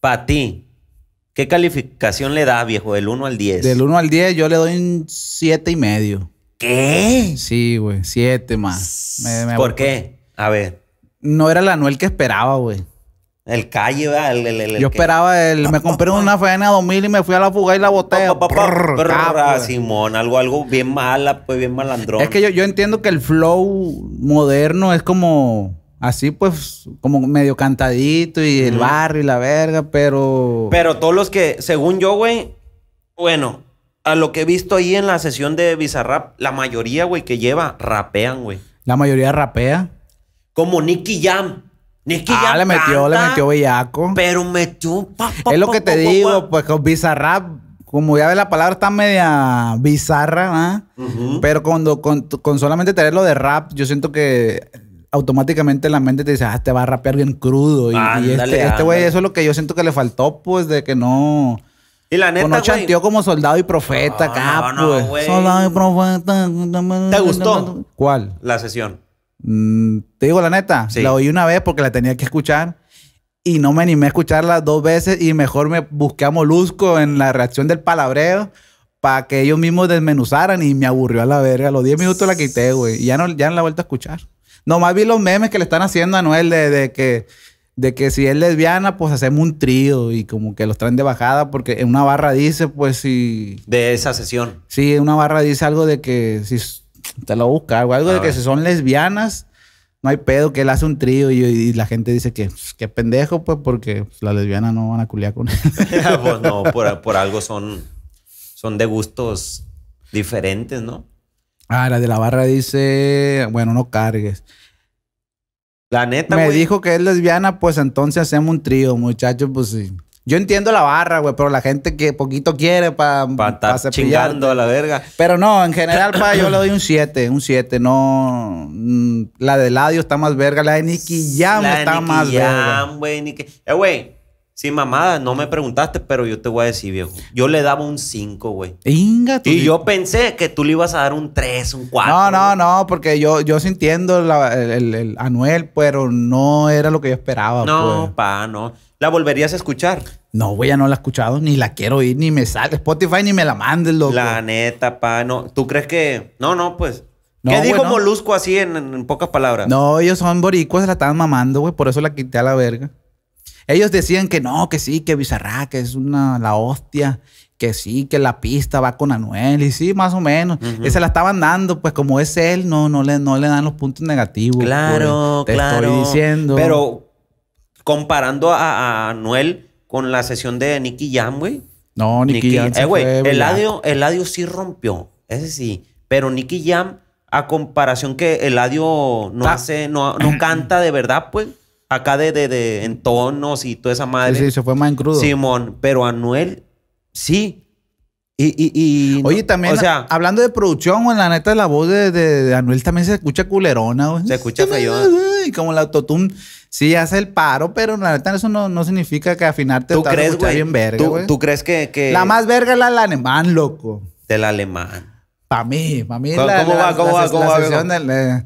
[SPEAKER 2] para ti. ¿Qué calificación le das, viejo? Del 1 al 10.
[SPEAKER 3] Del 1 al 10 yo le doy un 7 y medio.
[SPEAKER 2] ¿Qué?
[SPEAKER 3] Sí, güey. 7 más. Me- me-
[SPEAKER 2] ¿Por qué? A ver.
[SPEAKER 3] No era el Anuel que esperaba, güey.
[SPEAKER 2] El calle, ¿verdad? El, el- el- el
[SPEAKER 3] Yo
[SPEAKER 2] que-
[SPEAKER 3] esperaba el. Me compré una faena 2000 y me fui a la fuga y la
[SPEAKER 2] Pa,
[SPEAKER 3] boté.
[SPEAKER 2] pa, pa, pa,
[SPEAKER 3] Prrr,
[SPEAKER 2] prr,
[SPEAKER 3] ah,
[SPEAKER 2] ah,
[SPEAKER 3] pues.
[SPEAKER 2] Simón, algo, algo bien mala, pues bien malandrón.
[SPEAKER 3] Es que yo, yo entiendo que el flow moderno es como así, pues, como medio cantadito y el barrio y la verga, pero.
[SPEAKER 2] Pero todos los que, según yo, güey, bueno, a lo que he visto ahí en la sesión de Bizarrap, la mayoría, güey, que lleva, rapean, güey.
[SPEAKER 3] la mayoría rapea.
[SPEAKER 2] Como Nicky Jam. Nicky
[SPEAKER 3] Ah,
[SPEAKER 2] Jam
[SPEAKER 3] le metió, le
[SPEAKER 2] canta,
[SPEAKER 3] metió bellaco.
[SPEAKER 2] Pero metió. pa, pa,
[SPEAKER 3] es lo
[SPEAKER 2] pa,
[SPEAKER 3] que
[SPEAKER 2] pa,
[SPEAKER 3] te
[SPEAKER 2] pa,
[SPEAKER 3] digo,
[SPEAKER 2] pa.
[SPEAKER 3] pues con Bizarrap, como ya ves la palabra está media bizarra, ¿ah?
[SPEAKER 2] Ujú.
[SPEAKER 3] Pero cuando con, con solamente tener lo de rap, yo siento que automáticamente la mente te dice, ah, te va a rapear bien crudo. Y, y
[SPEAKER 2] Ándale,
[SPEAKER 3] este este güey,
[SPEAKER 2] ándale.
[SPEAKER 3] eso es lo que yo siento que le faltó, pues, de que no.
[SPEAKER 2] Y la
[SPEAKER 3] Pues
[SPEAKER 2] neta,
[SPEAKER 3] no
[SPEAKER 2] güey.
[SPEAKER 3] chanteó como soldado y profeta
[SPEAKER 2] No,
[SPEAKER 3] acá,
[SPEAKER 2] no, no,
[SPEAKER 3] pues.
[SPEAKER 2] güey.
[SPEAKER 3] soldado y profeta.
[SPEAKER 2] ¿Te gustó?
[SPEAKER 3] ¿Cuál?
[SPEAKER 2] La sesión.
[SPEAKER 3] Mm, te digo la neta,
[SPEAKER 2] Sí.
[SPEAKER 3] la oí una vez porque la tenía que escuchar y no me animé a escucharla dos veces y mejor me busqué a Molusco en la reacción del palabreo para que ellos mismos desmenuzaran y me aburrió a la verga. A los 10 minutos la quité, güey. Y ya no, ya no la he vuelto a escuchar. Nomás vi los memes que le están haciendo a Noel de, de que... De que si es lesbiana, pues hacemos un trío y como que los traen de bajada porque en una barra dice, pues si...
[SPEAKER 2] De esa sesión.
[SPEAKER 3] Sí, una barra dice algo de que si te lo busca, algo
[SPEAKER 2] A
[SPEAKER 3] de que
[SPEAKER 2] ver.
[SPEAKER 3] si son lesbianas, no hay pedo, que él hace un trío y, y la gente dice que "Pf, qué pendejo, pues, porque pues, las lesbianas no van a culiar con él.
[SPEAKER 2] pues no, por, por algo son, son de gustos diferentes, ¿no?
[SPEAKER 3] Ah, la de la barra dice, bueno, no cargues.
[SPEAKER 2] La neta,
[SPEAKER 3] Me
[SPEAKER 2] güey.
[SPEAKER 3] dijo que es lesbiana, pues entonces hacemos un trío, muchachos, pues sí. Yo entiendo la barra, güey, pero la gente que poquito quiere para
[SPEAKER 2] Para estar chingando a la verga.
[SPEAKER 3] Pero no, en general, pa, yo le doy un 7, un 7. No. mm, La de Ladio está más verga, la de Nicky Jam
[SPEAKER 2] La de
[SPEAKER 3] está
[SPEAKER 2] Nicky
[SPEAKER 3] más verga.
[SPEAKER 2] Jam, güey. Nicky- Eh, güey. Sin mamada, no me preguntaste, pero yo te voy a decir, viejo. Yo le daba un 5, güey.
[SPEAKER 3] Inga, tú
[SPEAKER 2] Y
[SPEAKER 3] sí.
[SPEAKER 2] yo pensé que tú le ibas a dar un 3, un 4.
[SPEAKER 3] No, no, no, porque yo, yo sí entiendo la- el, el- el Anuel, pero no era lo que yo esperaba.
[SPEAKER 2] No,
[SPEAKER 3] pues.
[SPEAKER 2] pa, no. ¿La volverías a escuchar?
[SPEAKER 3] No, güey, ya no la he escuchado, ni la quiero oír, ni me sale Spotify, ni me la mandes, loco.
[SPEAKER 2] La neta, pa, no. ¿Tú crees que.? No, no, pues.
[SPEAKER 3] No,
[SPEAKER 2] ¿Qué
[SPEAKER 3] güey,
[SPEAKER 2] dijo
[SPEAKER 3] no.
[SPEAKER 2] Molusco así en, en- en pocas palabras?
[SPEAKER 3] No, ellos son boricuas, se la estaban mamando, güey, por eso la quité a la verga. Ellos decían que no, que sí, que Bizarra, que es una la hostia, que sí, que la pista va con Anuel y sí, más o menos.
[SPEAKER 2] Ujú.
[SPEAKER 3] Y Se la estaban dando, pues como es él, no, no le, no le dan los puntos negativos.
[SPEAKER 2] Claro,
[SPEAKER 3] güey. Te
[SPEAKER 2] claro.
[SPEAKER 3] estoy diciendo.
[SPEAKER 2] Pero comparando a, a Anuel con la sesión de Nicky Jam, güey.
[SPEAKER 3] no, Nicky,
[SPEAKER 2] Nicky-
[SPEAKER 3] Jam se
[SPEAKER 2] eh, güey,
[SPEAKER 3] fue, güey,
[SPEAKER 2] Eladio, Eladio sí rompió. Ese sí. Pero Nicky Jam, a comparación que Eladio no
[SPEAKER 3] Ta-
[SPEAKER 2] hace, no, no canta de verdad, pues. Acá de, de, de en tonos y toda esa
[SPEAKER 3] ya.
[SPEAKER 2] madre.
[SPEAKER 3] Sí, sí, se fue más en crudo.
[SPEAKER 2] Simón, pero Anuel sí. Y, y, y
[SPEAKER 3] Oye, también,
[SPEAKER 2] O sea,
[SPEAKER 3] hablando de producción, güey, la neta, la voz de, de- de Anuel también se escucha culerona, güey.
[SPEAKER 2] Se escucha feyona.
[SPEAKER 3] Y como el autotune sí hace el paro, pero la neta, eso no, no significa que afinarte
[SPEAKER 2] ¿tú
[SPEAKER 3] te vas a
[SPEAKER 2] crees,
[SPEAKER 3] escuchar
[SPEAKER 2] güey?
[SPEAKER 3] bien verga,
[SPEAKER 2] ¿Tú,
[SPEAKER 3] güey.
[SPEAKER 2] tú crees que, que
[SPEAKER 3] La más verga es la del alemán, loco.
[SPEAKER 2] del alemán?
[SPEAKER 3] Pa' mí, pa' mí.
[SPEAKER 2] ¿Cómo-
[SPEAKER 3] la,
[SPEAKER 2] cómo
[SPEAKER 3] la-
[SPEAKER 2] va, cómo
[SPEAKER 3] la-
[SPEAKER 2] va,
[SPEAKER 3] la
[SPEAKER 2] cómo va, Ah.
[SPEAKER 3] sesión
[SPEAKER 2] viejo?
[SPEAKER 3] del, eh,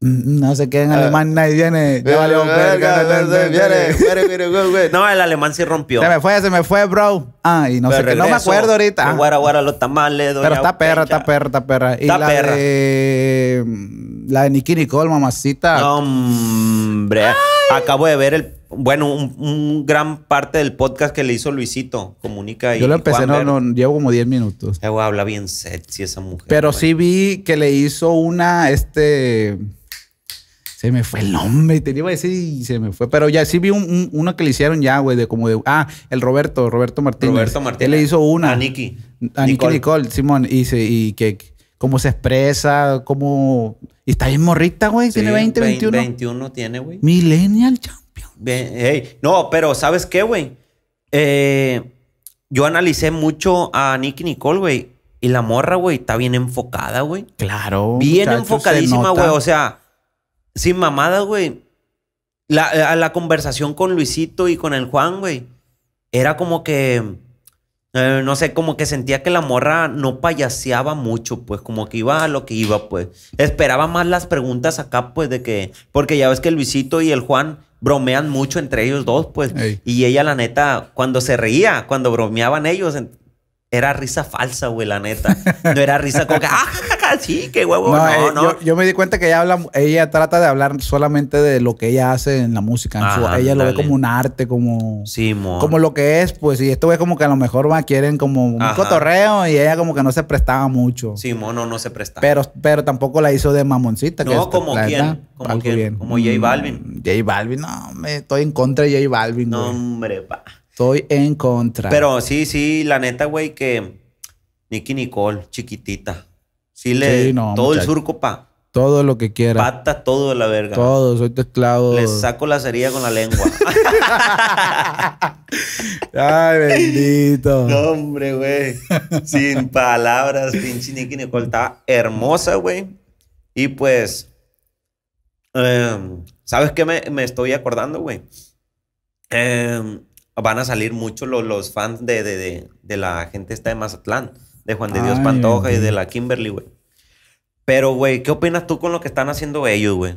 [SPEAKER 3] mm, no sé qué en alemán, nadie viene.
[SPEAKER 2] Eh,
[SPEAKER 3] Ya valió verga. no, no, no, no.
[SPEAKER 2] No, el alemán sí rompió.
[SPEAKER 3] Se me fue, se me fue, bro. Ah, y no sé
[SPEAKER 2] Pero
[SPEAKER 3] qué. No me
[SPEAKER 2] regreso,
[SPEAKER 3] acuerdo ahorita.
[SPEAKER 2] que
[SPEAKER 3] Ah.
[SPEAKER 2] Guara, guara, los tamales.
[SPEAKER 3] Pero
[SPEAKER 2] doña
[SPEAKER 3] está perra,
[SPEAKER 2] Pecha.
[SPEAKER 3] está perra, está perra. Y
[SPEAKER 2] Está
[SPEAKER 3] la
[SPEAKER 2] perra.
[SPEAKER 3] de... mm, La de Nicky Nicole, mamacita.
[SPEAKER 2] No, Hombre, acabo de ver el. Bueno, un, un gran parte del podcast que le hizo Luisito. Comunica y.
[SPEAKER 3] Yo lo empecé,
[SPEAKER 2] Juan
[SPEAKER 3] no,
[SPEAKER 2] Ver-
[SPEAKER 3] no, llevo como 10 minutos.
[SPEAKER 2] Eh, güey, habla bien sexy esa mujer.
[SPEAKER 3] Pero
[SPEAKER 2] güey.
[SPEAKER 3] sí vi que le hizo una, este... Se me fue el nombre, te lo iba a decir y se me fue. Pero ya sí vi un, un- uno que le hicieron ya, güey, de como de... Ah, el Roberto, Roberto Martínez.
[SPEAKER 2] Roberto Martínez.
[SPEAKER 3] Él le hizo una.
[SPEAKER 2] A Nicky.
[SPEAKER 3] A Nicole. Nicole, Simón, y, se- y que cómo se expresa, cómo... Y está bien morrita, güey, tiene
[SPEAKER 2] Sí,
[SPEAKER 3] 20, 21.
[SPEAKER 2] 21 tiene, güey.
[SPEAKER 3] Millennial Champion.
[SPEAKER 2] Ve- ey, No, pero ¿sabes qué, güey? Eh, yo analicé mucho a Nicky Nicole, güey. Y la morra, güey, está bien enfocada, güey.
[SPEAKER 3] Claro.
[SPEAKER 2] Bien
[SPEAKER 3] muchacho, se
[SPEAKER 2] enfocadísima,
[SPEAKER 3] nota.
[SPEAKER 2] güey. O sea, sin mamadas, güey. La, eh, a la conversación con Luisito y con el Juan, güey. Era como que. eh, no sé, como que sentía que la morra no payaseaba mucho, pues, como que iba a lo que iba, pues. Esperaba más las preguntas acá, pues, de que. Porque ya ves que Luisito y el Juan bromean mucho entre ellos dos, pues.
[SPEAKER 3] Ey.
[SPEAKER 2] Y ella, la neta, cuando se reía, cuando bromeaban ellos, en- era risa falsa, güey, la neta. No era risa como que. "Ah, ja, ja, ja, ah, sí, qué huevo.
[SPEAKER 3] No,
[SPEAKER 2] No,
[SPEAKER 3] eh,
[SPEAKER 2] no.
[SPEAKER 3] Yo, yo me di cuenta que ella habla, ella trata de hablar solamente de lo que ella hace en la música. en su-
[SPEAKER 2] Ajá,
[SPEAKER 3] ella lo ve
[SPEAKER 2] dale.
[SPEAKER 3] como un arte, como,
[SPEAKER 2] Sí, mo.
[SPEAKER 3] como lo que es, pues, y esto es como que a lo mejor más quieren como un
[SPEAKER 2] Ajá.
[SPEAKER 3] cotorreo y ella como que no se prestaba mucho.
[SPEAKER 2] Sí, mo, no, no se presta.
[SPEAKER 3] Pero, pero tampoco la hizo de mamoncita. que
[SPEAKER 2] No,
[SPEAKER 3] esta-
[SPEAKER 2] ¿como
[SPEAKER 3] la
[SPEAKER 2] quién?
[SPEAKER 3] verdad,
[SPEAKER 2] ¿como
[SPEAKER 3] algo
[SPEAKER 2] quién? ¿Como J
[SPEAKER 3] Mm,
[SPEAKER 2] Balvin?
[SPEAKER 3] J Balvin, no, me, estoy en contra de J Balvin.
[SPEAKER 2] no,
[SPEAKER 3] güey.
[SPEAKER 2] hombre, pa.
[SPEAKER 3] Estoy en contra.
[SPEAKER 2] Pero sí, sí, la neta, güey, que Nicky Nicole, chiquitita. Sí, le.
[SPEAKER 3] Sí, no,
[SPEAKER 2] todo el
[SPEAKER 3] muchacho.
[SPEAKER 2] surco, pa.
[SPEAKER 3] todo lo que quiera.
[SPEAKER 2] Pata todo de la verga.
[SPEAKER 3] Todo, soy tu esclavo.
[SPEAKER 2] Le saco la cerilla con la lengua.
[SPEAKER 3] Ay, bendito.
[SPEAKER 2] No, hombre, güey. Sin palabras, pinche Nicky Nicole. Estaba hermosa, güey. Y pues. em, ¿Sabes qué me, me estoy acordando, güey? Em, van a salir mucho los, los fans de, de, de, de la gente esta de Mazatlán, de Juan de Dios
[SPEAKER 3] Ay,
[SPEAKER 2] Pantoja y de
[SPEAKER 3] bendito.
[SPEAKER 2] la Kimberly, güey. Pero, güey, ¿qué opinas tú con lo que están haciendo ellos, güey?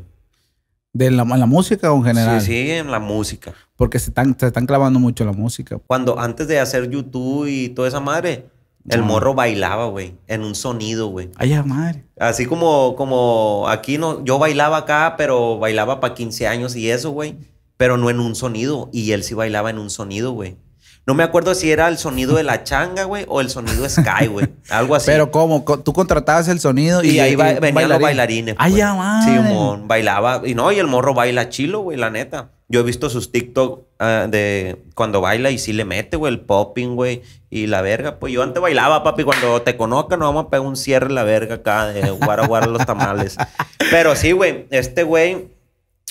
[SPEAKER 3] De la, la música o en general.
[SPEAKER 2] Sí, sí, en la música.
[SPEAKER 3] Porque se están, se están clavando mucho en la música.
[SPEAKER 2] Cuando antes de hacer YouTube y toda esa madre, el
[SPEAKER 3] Ah.
[SPEAKER 2] morro bailaba, güey, en un sonido, güey.
[SPEAKER 3] Ay, ya madre.
[SPEAKER 2] Así como, como aquí no, yo bailaba acá, pero bailaba para 15 años y eso, güey. Pero no en un sonido. Y él sí bailaba en un sonido, güey. No me acuerdo si era el sonido de la changa, güey, o el sonido Sky, güey. Algo así.
[SPEAKER 3] Pero cómo, Co- tú contratabas el sonido y,
[SPEAKER 2] y ahí
[SPEAKER 3] y-
[SPEAKER 2] va-
[SPEAKER 3] y un
[SPEAKER 2] venían los bailarines. pues.
[SPEAKER 3] Ay,
[SPEAKER 2] güey.
[SPEAKER 3] Ah, ya madre.
[SPEAKER 2] Simón, bailaba. Y no, y el morro baila chilo, güey, la neta. Yo he visto sus TikTok ah, de cuando baila y sí le mete, güey, el popping, güey, y la verga. Pues yo antes bailaba, papi, cuando te conozca nos vamos a pegar un cierre en la verga acá de guara guara los tamales. Pero sí, güey, este güey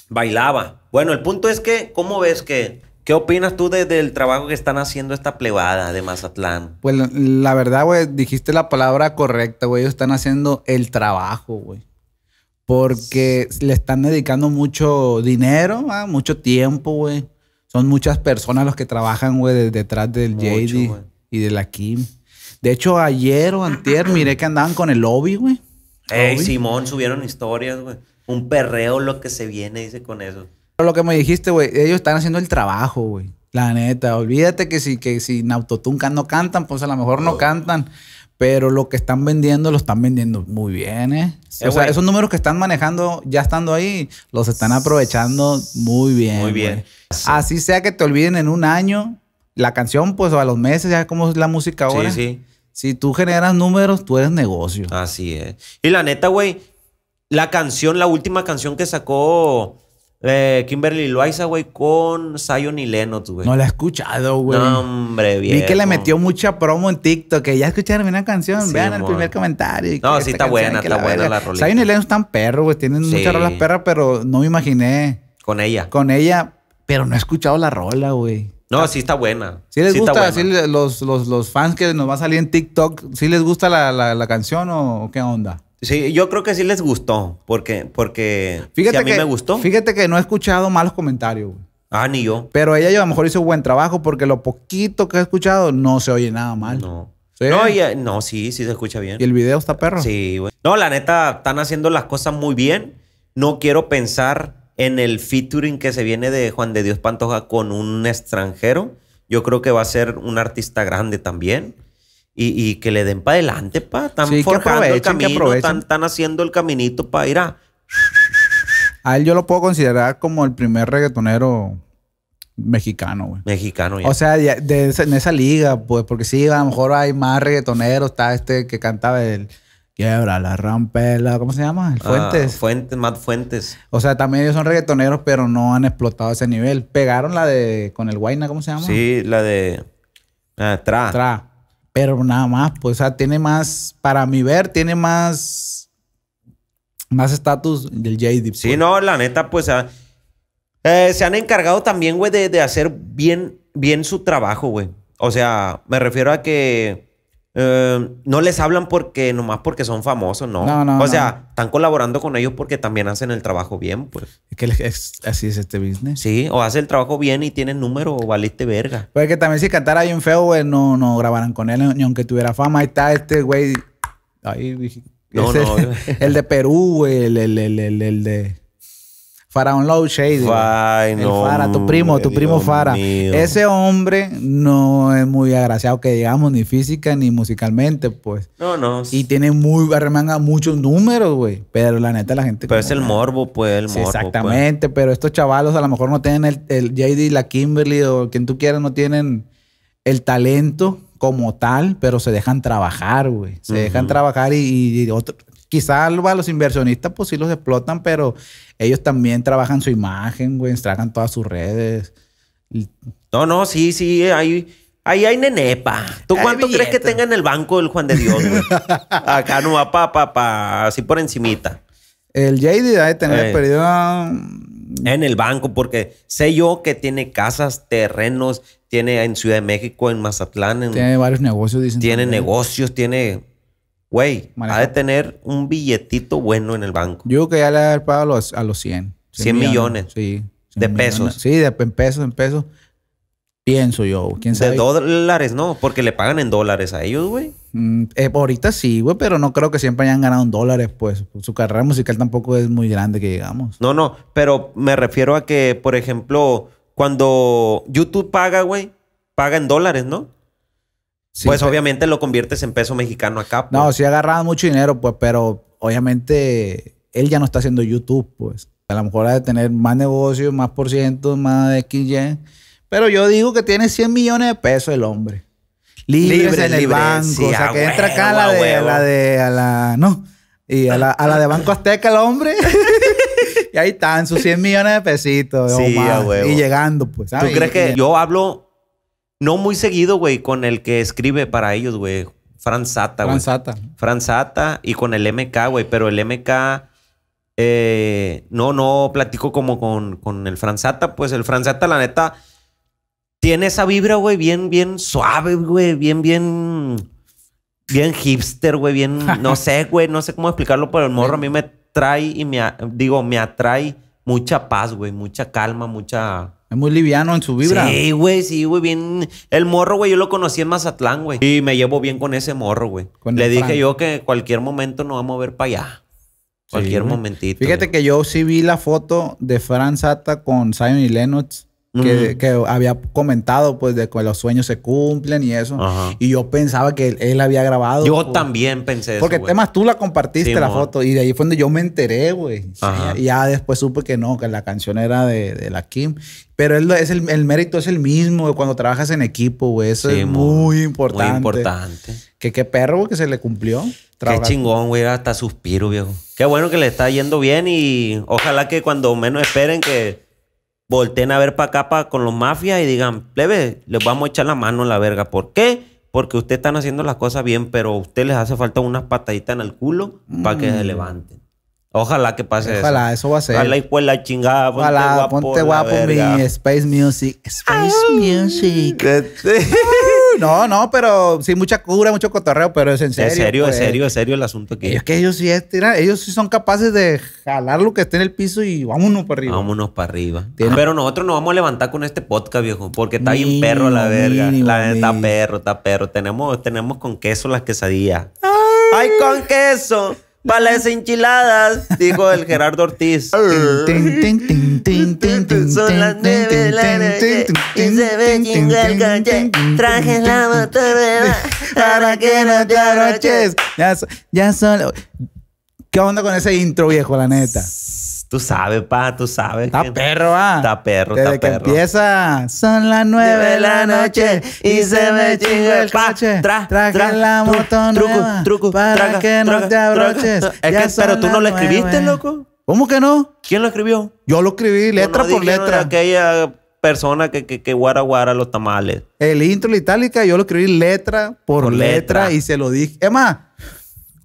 [SPEAKER 2] bailaba. Bueno, el punto es que, ¿cómo ves que, qué opinas tú de- del trabajo que están haciendo esta plebada de Mazatlán?
[SPEAKER 3] Pues la, la verdad, güey, dijiste la palabra correcta, güey. Ellos están haciendo el trabajo, güey. Porque le están dedicando mucho dinero, ah, mucho tiempo, güey. Son muchas personas los que trabajan, güey, de- detrás del
[SPEAKER 2] Mucho,
[SPEAKER 3] JD
[SPEAKER 2] güey.
[SPEAKER 3] y de la Kim. De hecho, ayer o antier miré que andaban con el lobby, güey.
[SPEAKER 2] Ey,
[SPEAKER 3] Lobby.
[SPEAKER 2] Simón, subieron historias, güey. Un perreo lo que se viene, dice con eso.
[SPEAKER 3] Pero lo que me dijiste, güey, ellos están haciendo el trabajo, güey. La neta, olvídate que si, que si en Autotune can- no cantan, pues a lo mejor no cantan. Pero lo que están vendiendo, lo están vendiendo muy bien, ¿eh?
[SPEAKER 2] Eh,
[SPEAKER 3] o sea,
[SPEAKER 2] güey.
[SPEAKER 3] esos números que están manejando, ya estando ahí, los están aprovechando muy bien.
[SPEAKER 2] Muy bien.
[SPEAKER 3] güey. Así sea que te olviden en un año la canción, pues, o a los meses, ya como es la música ahora.
[SPEAKER 2] Sí, Ah, sí.
[SPEAKER 3] Si tú generas números, tú eres negocio.
[SPEAKER 2] Así es. Y la neta, güey, la canción, la última canción que sacó eh, Kimberly Loaiza, güey, con Zion y Lennox, güey.
[SPEAKER 3] no la he escuchado, güey.
[SPEAKER 2] No, hombre, bien.
[SPEAKER 3] Vi que le metió mucha promo en TikTok, que ya escucharon una canción,
[SPEAKER 2] Sí,
[SPEAKER 3] vean el
[SPEAKER 2] mon.
[SPEAKER 3] primer comentario. y
[SPEAKER 2] No,
[SPEAKER 3] que
[SPEAKER 2] sí
[SPEAKER 3] esta
[SPEAKER 2] está buena,
[SPEAKER 3] canción, que
[SPEAKER 2] está buena
[SPEAKER 3] verga.
[SPEAKER 2] la rolita.
[SPEAKER 3] Zion y Lennox están perros, güey, tienen
[SPEAKER 2] Sí.
[SPEAKER 3] muchas rolas perras, pero no me imaginé
[SPEAKER 2] Con ella.
[SPEAKER 3] con ella, pero no he escuchado la rola, güey.
[SPEAKER 2] No, sí está buena.
[SPEAKER 3] Si les
[SPEAKER 2] Sí está
[SPEAKER 3] gusta,
[SPEAKER 2] buena.
[SPEAKER 3] sí le- los, los, los fans que nos va a salir en TikTok, si les gusta la, la, la canción o o qué onda?
[SPEAKER 2] Sí, yo creo que sí les gustó. Porque, porque
[SPEAKER 3] Fíjate
[SPEAKER 2] sí, a mí
[SPEAKER 3] que,
[SPEAKER 2] me gustó.
[SPEAKER 3] Fíjate que no he escuchado malos comentarios, güey.
[SPEAKER 2] Ah, ni yo.
[SPEAKER 3] Pero ella yo, a lo mejor hizo buen trabajo porque lo poquito que he escuchado no se oye nada mal.
[SPEAKER 2] No.
[SPEAKER 3] Sí.
[SPEAKER 2] No, ella- no, sí, sí se escucha bien.
[SPEAKER 3] Y el video está perro.
[SPEAKER 2] Sí, güey. No, la neta, están haciendo las cosas muy bien. No quiero pensar en el featuring que se viene de Juan de Dios Pantoja con un extranjero. Yo creo que va a ser un artista grande también. Y, y que le den para adelante, pa. Están
[SPEAKER 3] Sí, que
[SPEAKER 2] forjando el
[SPEAKER 3] aprovechen, que
[SPEAKER 2] camino,
[SPEAKER 3] aprovechen.
[SPEAKER 2] están, están haciendo el caminito para ir a...
[SPEAKER 3] A él yo lo puedo considerar como el primer reggaetonero mexicano, güey.
[SPEAKER 2] Mexicano ya.
[SPEAKER 3] O sea, ya- de esa- en esa liga, pues, porque sí, a lo mejor hay más reggaetoneros. Está este que cantaba el Quiebra la rampela, ¿cómo se llama? El
[SPEAKER 2] Ah,
[SPEAKER 3] Fuentes.
[SPEAKER 2] Fuentes, Matt Fuentes.
[SPEAKER 3] o sea, también ellos son reggaetoneros, pero no han explotado ese nivel. Pegaron la de con el Guayna, ¿cómo se llama?
[SPEAKER 2] Sí, la de... ah, tra.
[SPEAKER 3] Tra. Pero nada más, pues, o sea, tiene más, para mi ver, tiene más, más estatus del J-Dip.
[SPEAKER 2] Sí, no, la neta, pues ah, eh, se han encargado también, güey, de, de hacer bien, bien su trabajo, güey. O sea, me refiero a que eh, no les hablan porque nomás porque son famosos, no.
[SPEAKER 3] No, no,
[SPEAKER 2] o
[SPEAKER 3] no.
[SPEAKER 2] sea, están colaborando con ellos porque también hacen el trabajo bien, pues.
[SPEAKER 3] Es que es- así es este business.
[SPEAKER 2] Sí, o hace el trabajo bien y tienen número o valiste verga.
[SPEAKER 3] Porque Pues también si cantara bien feo, güey, no, no grabaran con él, ni aunque tuviera fama. Ahí está este güey. Ahí dije.
[SPEAKER 2] No,
[SPEAKER 3] ese-
[SPEAKER 2] no.
[SPEAKER 3] El de Perú, güey. El, el- el- el- el de. Faraón Low Shady. güey.
[SPEAKER 2] Ay,
[SPEAKER 3] El
[SPEAKER 2] no,
[SPEAKER 3] Fara, tu primo, tu
[SPEAKER 2] hombre,
[SPEAKER 3] primo
[SPEAKER 2] Dios
[SPEAKER 3] Fara.
[SPEAKER 2] mío.
[SPEAKER 3] Ese hombre no es muy agraciado, que digamos, ni física ni musicalmente, pues.
[SPEAKER 2] No, no.
[SPEAKER 3] Y tiene muy, arremanga muchos números, güey. Pero la neta, la gente.
[SPEAKER 2] Pero
[SPEAKER 3] como
[SPEAKER 2] es el
[SPEAKER 3] que-
[SPEAKER 2] morbo, pues, el
[SPEAKER 3] Ah. Sí,
[SPEAKER 2] morbo. pues.
[SPEAKER 3] exactamente, pero estos chavalos a lo mejor no tienen el, el JD, la Kimberly o quien tú quieras, no tienen el talento como tal, pero se dejan trabajar, güey. Se dejan
[SPEAKER 2] Ujú.
[SPEAKER 3] trabajar y, y otro- quizá a los inversionistas pues sí los explotan, pero ellos también trabajan su imagen, güey, trabajan todas sus redes.
[SPEAKER 2] No, no, sí, sí, hay, ahí hay nenepa. ¿Tú
[SPEAKER 3] Hay
[SPEAKER 2] cuánto crees que
[SPEAKER 3] billete.
[SPEAKER 2] tenga en el banco el Juan de Dios, güey? Acá no va pa, pa, pa, así por encimita.
[SPEAKER 3] El JD debe tener
[SPEAKER 2] Ey.
[SPEAKER 3] perdido ah,
[SPEAKER 2] En el banco, porque sé yo que tiene casas, terrenos, tiene en Ciudad de México, en Mazatlán, en- tiene,
[SPEAKER 3] tiene varios negocios, dicen. también.
[SPEAKER 2] negocios, tiene... Güey, ha
[SPEAKER 3] Maneja-
[SPEAKER 2] de tener un billetito bueno en el banco.
[SPEAKER 3] Yo creo que ya le ha pagado a los, a los 100.
[SPEAKER 2] 100 millones.
[SPEAKER 3] Sí.
[SPEAKER 2] De
[SPEAKER 3] 100
[SPEAKER 2] pesos.
[SPEAKER 3] Sí, de, en pesos, en pesos. Pienso yo. ¿Quién
[SPEAKER 2] De
[SPEAKER 3] sabe?
[SPEAKER 2] dólares, no, porque le pagan en dólares a ellos, güey.
[SPEAKER 3] Mm, eh, ahorita sí, güey, pero no creo que siempre hayan ganado en dólares, pues. Su carrera musical tampoco es muy grande que digamos.
[SPEAKER 2] No, no, pero me refiero a que, por ejemplo, cuando YouTube paga, güey, paga en dólares, ¿no?
[SPEAKER 3] Sí,
[SPEAKER 2] pues
[SPEAKER 3] pe-
[SPEAKER 2] obviamente lo conviertes en peso mexicano acá.
[SPEAKER 3] No,
[SPEAKER 2] pues.
[SPEAKER 3] sí agarraban mucho dinero, pues, pero obviamente él ya no está haciendo YouTube, pues. A lo mejor ha de tener más negocios, más por ciento, más de XY. Pero yo digo que tiene 100 millones de pesos el hombre. Libres,
[SPEAKER 2] Libres,
[SPEAKER 3] en el
[SPEAKER 2] libres,
[SPEAKER 3] banco.
[SPEAKER 2] sí,
[SPEAKER 3] o sea,
[SPEAKER 2] a
[SPEAKER 3] que entra acá a la
[SPEAKER 2] huevo, a
[SPEAKER 3] de, a
[SPEAKER 2] huevo.
[SPEAKER 3] la de, a la, no. Y a la, a la de Banco Azteca el hombre. y ahí están sus 100 millones de pesitos. o
[SPEAKER 2] Sí, a
[SPEAKER 3] más,
[SPEAKER 2] huevo.
[SPEAKER 3] Y llegando, pues.
[SPEAKER 2] ¿Tú
[SPEAKER 3] ¿sabes?
[SPEAKER 2] crees
[SPEAKER 3] Y-
[SPEAKER 2] que
[SPEAKER 3] y-
[SPEAKER 2] yo hablo no muy seguido, güey, con el que escribe para ellos, güey? Fran Sata, güey.
[SPEAKER 3] Fran Sata.
[SPEAKER 2] Fran Sata y con el MK, güey, pero el MK... eh, no, no platico como con, con el Fran Sata, pues el Fran Sata, la neta, tiene esa vibra, güey, bien, bien suave, güey, bien, bien, bien hipster, güey, bien, no sé, güey, no sé cómo explicarlo, pero el morro a mí me trae y me, a- digo, me atrae mucha paz, güey, mucha calma, mucha...
[SPEAKER 3] Es muy liviano en su vibra.
[SPEAKER 2] Sí, güey, sí, güey, bien. El morro, güey, yo lo conocí en Mazatlán, güey. Y me llevo bien con ese morro, güey.
[SPEAKER 3] Con
[SPEAKER 2] Le
[SPEAKER 3] el
[SPEAKER 2] dije
[SPEAKER 3] Fran.
[SPEAKER 2] yo que cualquier momento nos vamos a ver para allá. Cualquier
[SPEAKER 3] güey.
[SPEAKER 2] momentito.
[SPEAKER 3] Fíjate
[SPEAKER 2] güey.
[SPEAKER 3] que yo sí vi la foto de Fran Sata con Zion y Lennox, que,
[SPEAKER 2] Ujú.
[SPEAKER 3] que había comentado pues de que los sueños se cumplen y eso.
[SPEAKER 2] Ajá.
[SPEAKER 3] Y yo pensaba que él, él había grabado.
[SPEAKER 2] Yo
[SPEAKER 3] pues.
[SPEAKER 2] también pensé eso.
[SPEAKER 3] Porque
[SPEAKER 2] güey.
[SPEAKER 3] además tú la compartiste
[SPEAKER 2] Sí,
[SPEAKER 3] la
[SPEAKER 2] mo.
[SPEAKER 3] foto y de ahí fue donde yo me enteré, güey. O sea,
[SPEAKER 2] Ajá.
[SPEAKER 3] Y ya después supe que no, que la canción era de, de la Kim. Pero él lo- es el, el mérito es el mismo güey, cuando trabajas en equipo, güey. Eso
[SPEAKER 2] Sí,
[SPEAKER 3] es
[SPEAKER 2] mo.
[SPEAKER 3] muy importante.
[SPEAKER 2] Muy importante.
[SPEAKER 3] Que qué perro güey, que se le cumplió.
[SPEAKER 2] Qué
[SPEAKER 3] Trabajar-
[SPEAKER 2] chingón, güey. Hasta suspiro, viejo. Qué bueno que le está yendo bien y ojalá que cuando menos esperen que volteen a ver para acá pa- con los mafias y digan, plebe, les vamos a echar la mano a la verga. ¿Por qué? Porque ustedes están haciendo las cosas bien, pero a ustedes les hace falta unas pataditas en el culo para que se levanten. Ojalá que pase
[SPEAKER 3] Mm. Ojalá, eso va a
[SPEAKER 2] eso.
[SPEAKER 3] ser.
[SPEAKER 2] Ojalá y pues la chingada. Ponte
[SPEAKER 3] Ojalá,
[SPEAKER 2] guapo,
[SPEAKER 3] ponte
[SPEAKER 2] la
[SPEAKER 3] guapo
[SPEAKER 2] verga.
[SPEAKER 3] mi Space Music. Space Music. No, no, pero sí, mucha cura, mucho cotorreo, pero es en serio.
[SPEAKER 2] Es serio,
[SPEAKER 3] pues. Eh,
[SPEAKER 2] es serio, es serio el asunto aquí.
[SPEAKER 3] Ellos que ellos sí, es- mira, ellos sí son capaces de jalar lo que esté en el piso y vámonos para arriba.
[SPEAKER 2] Vámonos para arriba.
[SPEAKER 3] Tiene-
[SPEAKER 2] Pero nosotros nos vamos a levantar con este podcast, viejo, porque está bien
[SPEAKER 3] Mínimo,
[SPEAKER 2] perro la verga.
[SPEAKER 3] mínimo,
[SPEAKER 2] la neta está
[SPEAKER 3] mínimo.
[SPEAKER 2] perro, está perro. Tenemos, tenemos con queso las quesadillas. ¡Ay, con queso! Para las enchiladas, dijo el Gerardo Ortiz.
[SPEAKER 3] Tin, tin, tin, tin, tin, tin,
[SPEAKER 2] Son las
[SPEAKER 3] tin,
[SPEAKER 2] nueve de la
[SPEAKER 3] tin,
[SPEAKER 2] noche
[SPEAKER 3] tin,
[SPEAKER 2] y
[SPEAKER 3] tin,
[SPEAKER 2] se ve
[SPEAKER 3] tin,
[SPEAKER 2] chingo el
[SPEAKER 3] tin,
[SPEAKER 2] coche.
[SPEAKER 3] tin, tin,
[SPEAKER 2] Traje
[SPEAKER 3] tin,
[SPEAKER 2] la
[SPEAKER 3] tin,
[SPEAKER 2] motorera
[SPEAKER 3] Para que no te arroches. Ya, so- ya son. ¿Qué onda con ese intro, viejo, la neta?
[SPEAKER 2] Tú sabes, pa, tú sabes. que-
[SPEAKER 3] Está perro, ah.
[SPEAKER 2] Está perro,
[SPEAKER 3] Desde
[SPEAKER 2] está perro.
[SPEAKER 3] que empieza, son las nueve de la noche y se me chingó el
[SPEAKER 2] Pa,
[SPEAKER 3] coche.
[SPEAKER 2] tra,
[SPEAKER 3] Traje
[SPEAKER 2] tra,
[SPEAKER 3] la
[SPEAKER 2] tru-
[SPEAKER 3] moto
[SPEAKER 2] truco,
[SPEAKER 3] nueva
[SPEAKER 2] truco,
[SPEAKER 3] para
[SPEAKER 2] traga,
[SPEAKER 3] que no
[SPEAKER 2] traga,
[SPEAKER 3] te abroches.
[SPEAKER 2] traga. Es
[SPEAKER 3] Ya
[SPEAKER 2] que-
[SPEAKER 3] son
[SPEAKER 2] pero tú no lo
[SPEAKER 3] las
[SPEAKER 2] escribiste,
[SPEAKER 3] nueve.
[SPEAKER 2] loco.
[SPEAKER 3] ¿Cómo que no?
[SPEAKER 2] ¿Quién lo escribió?
[SPEAKER 3] Yo lo escribí letra
[SPEAKER 2] Yo no
[SPEAKER 3] por
[SPEAKER 2] dije, no,
[SPEAKER 3] letra.
[SPEAKER 2] Aquella persona que, que, que guara guara los tamales.
[SPEAKER 3] El intro, la itálica, yo lo escribí letra por,
[SPEAKER 2] Por letra.
[SPEAKER 3] letra. y se lo dije. Es más,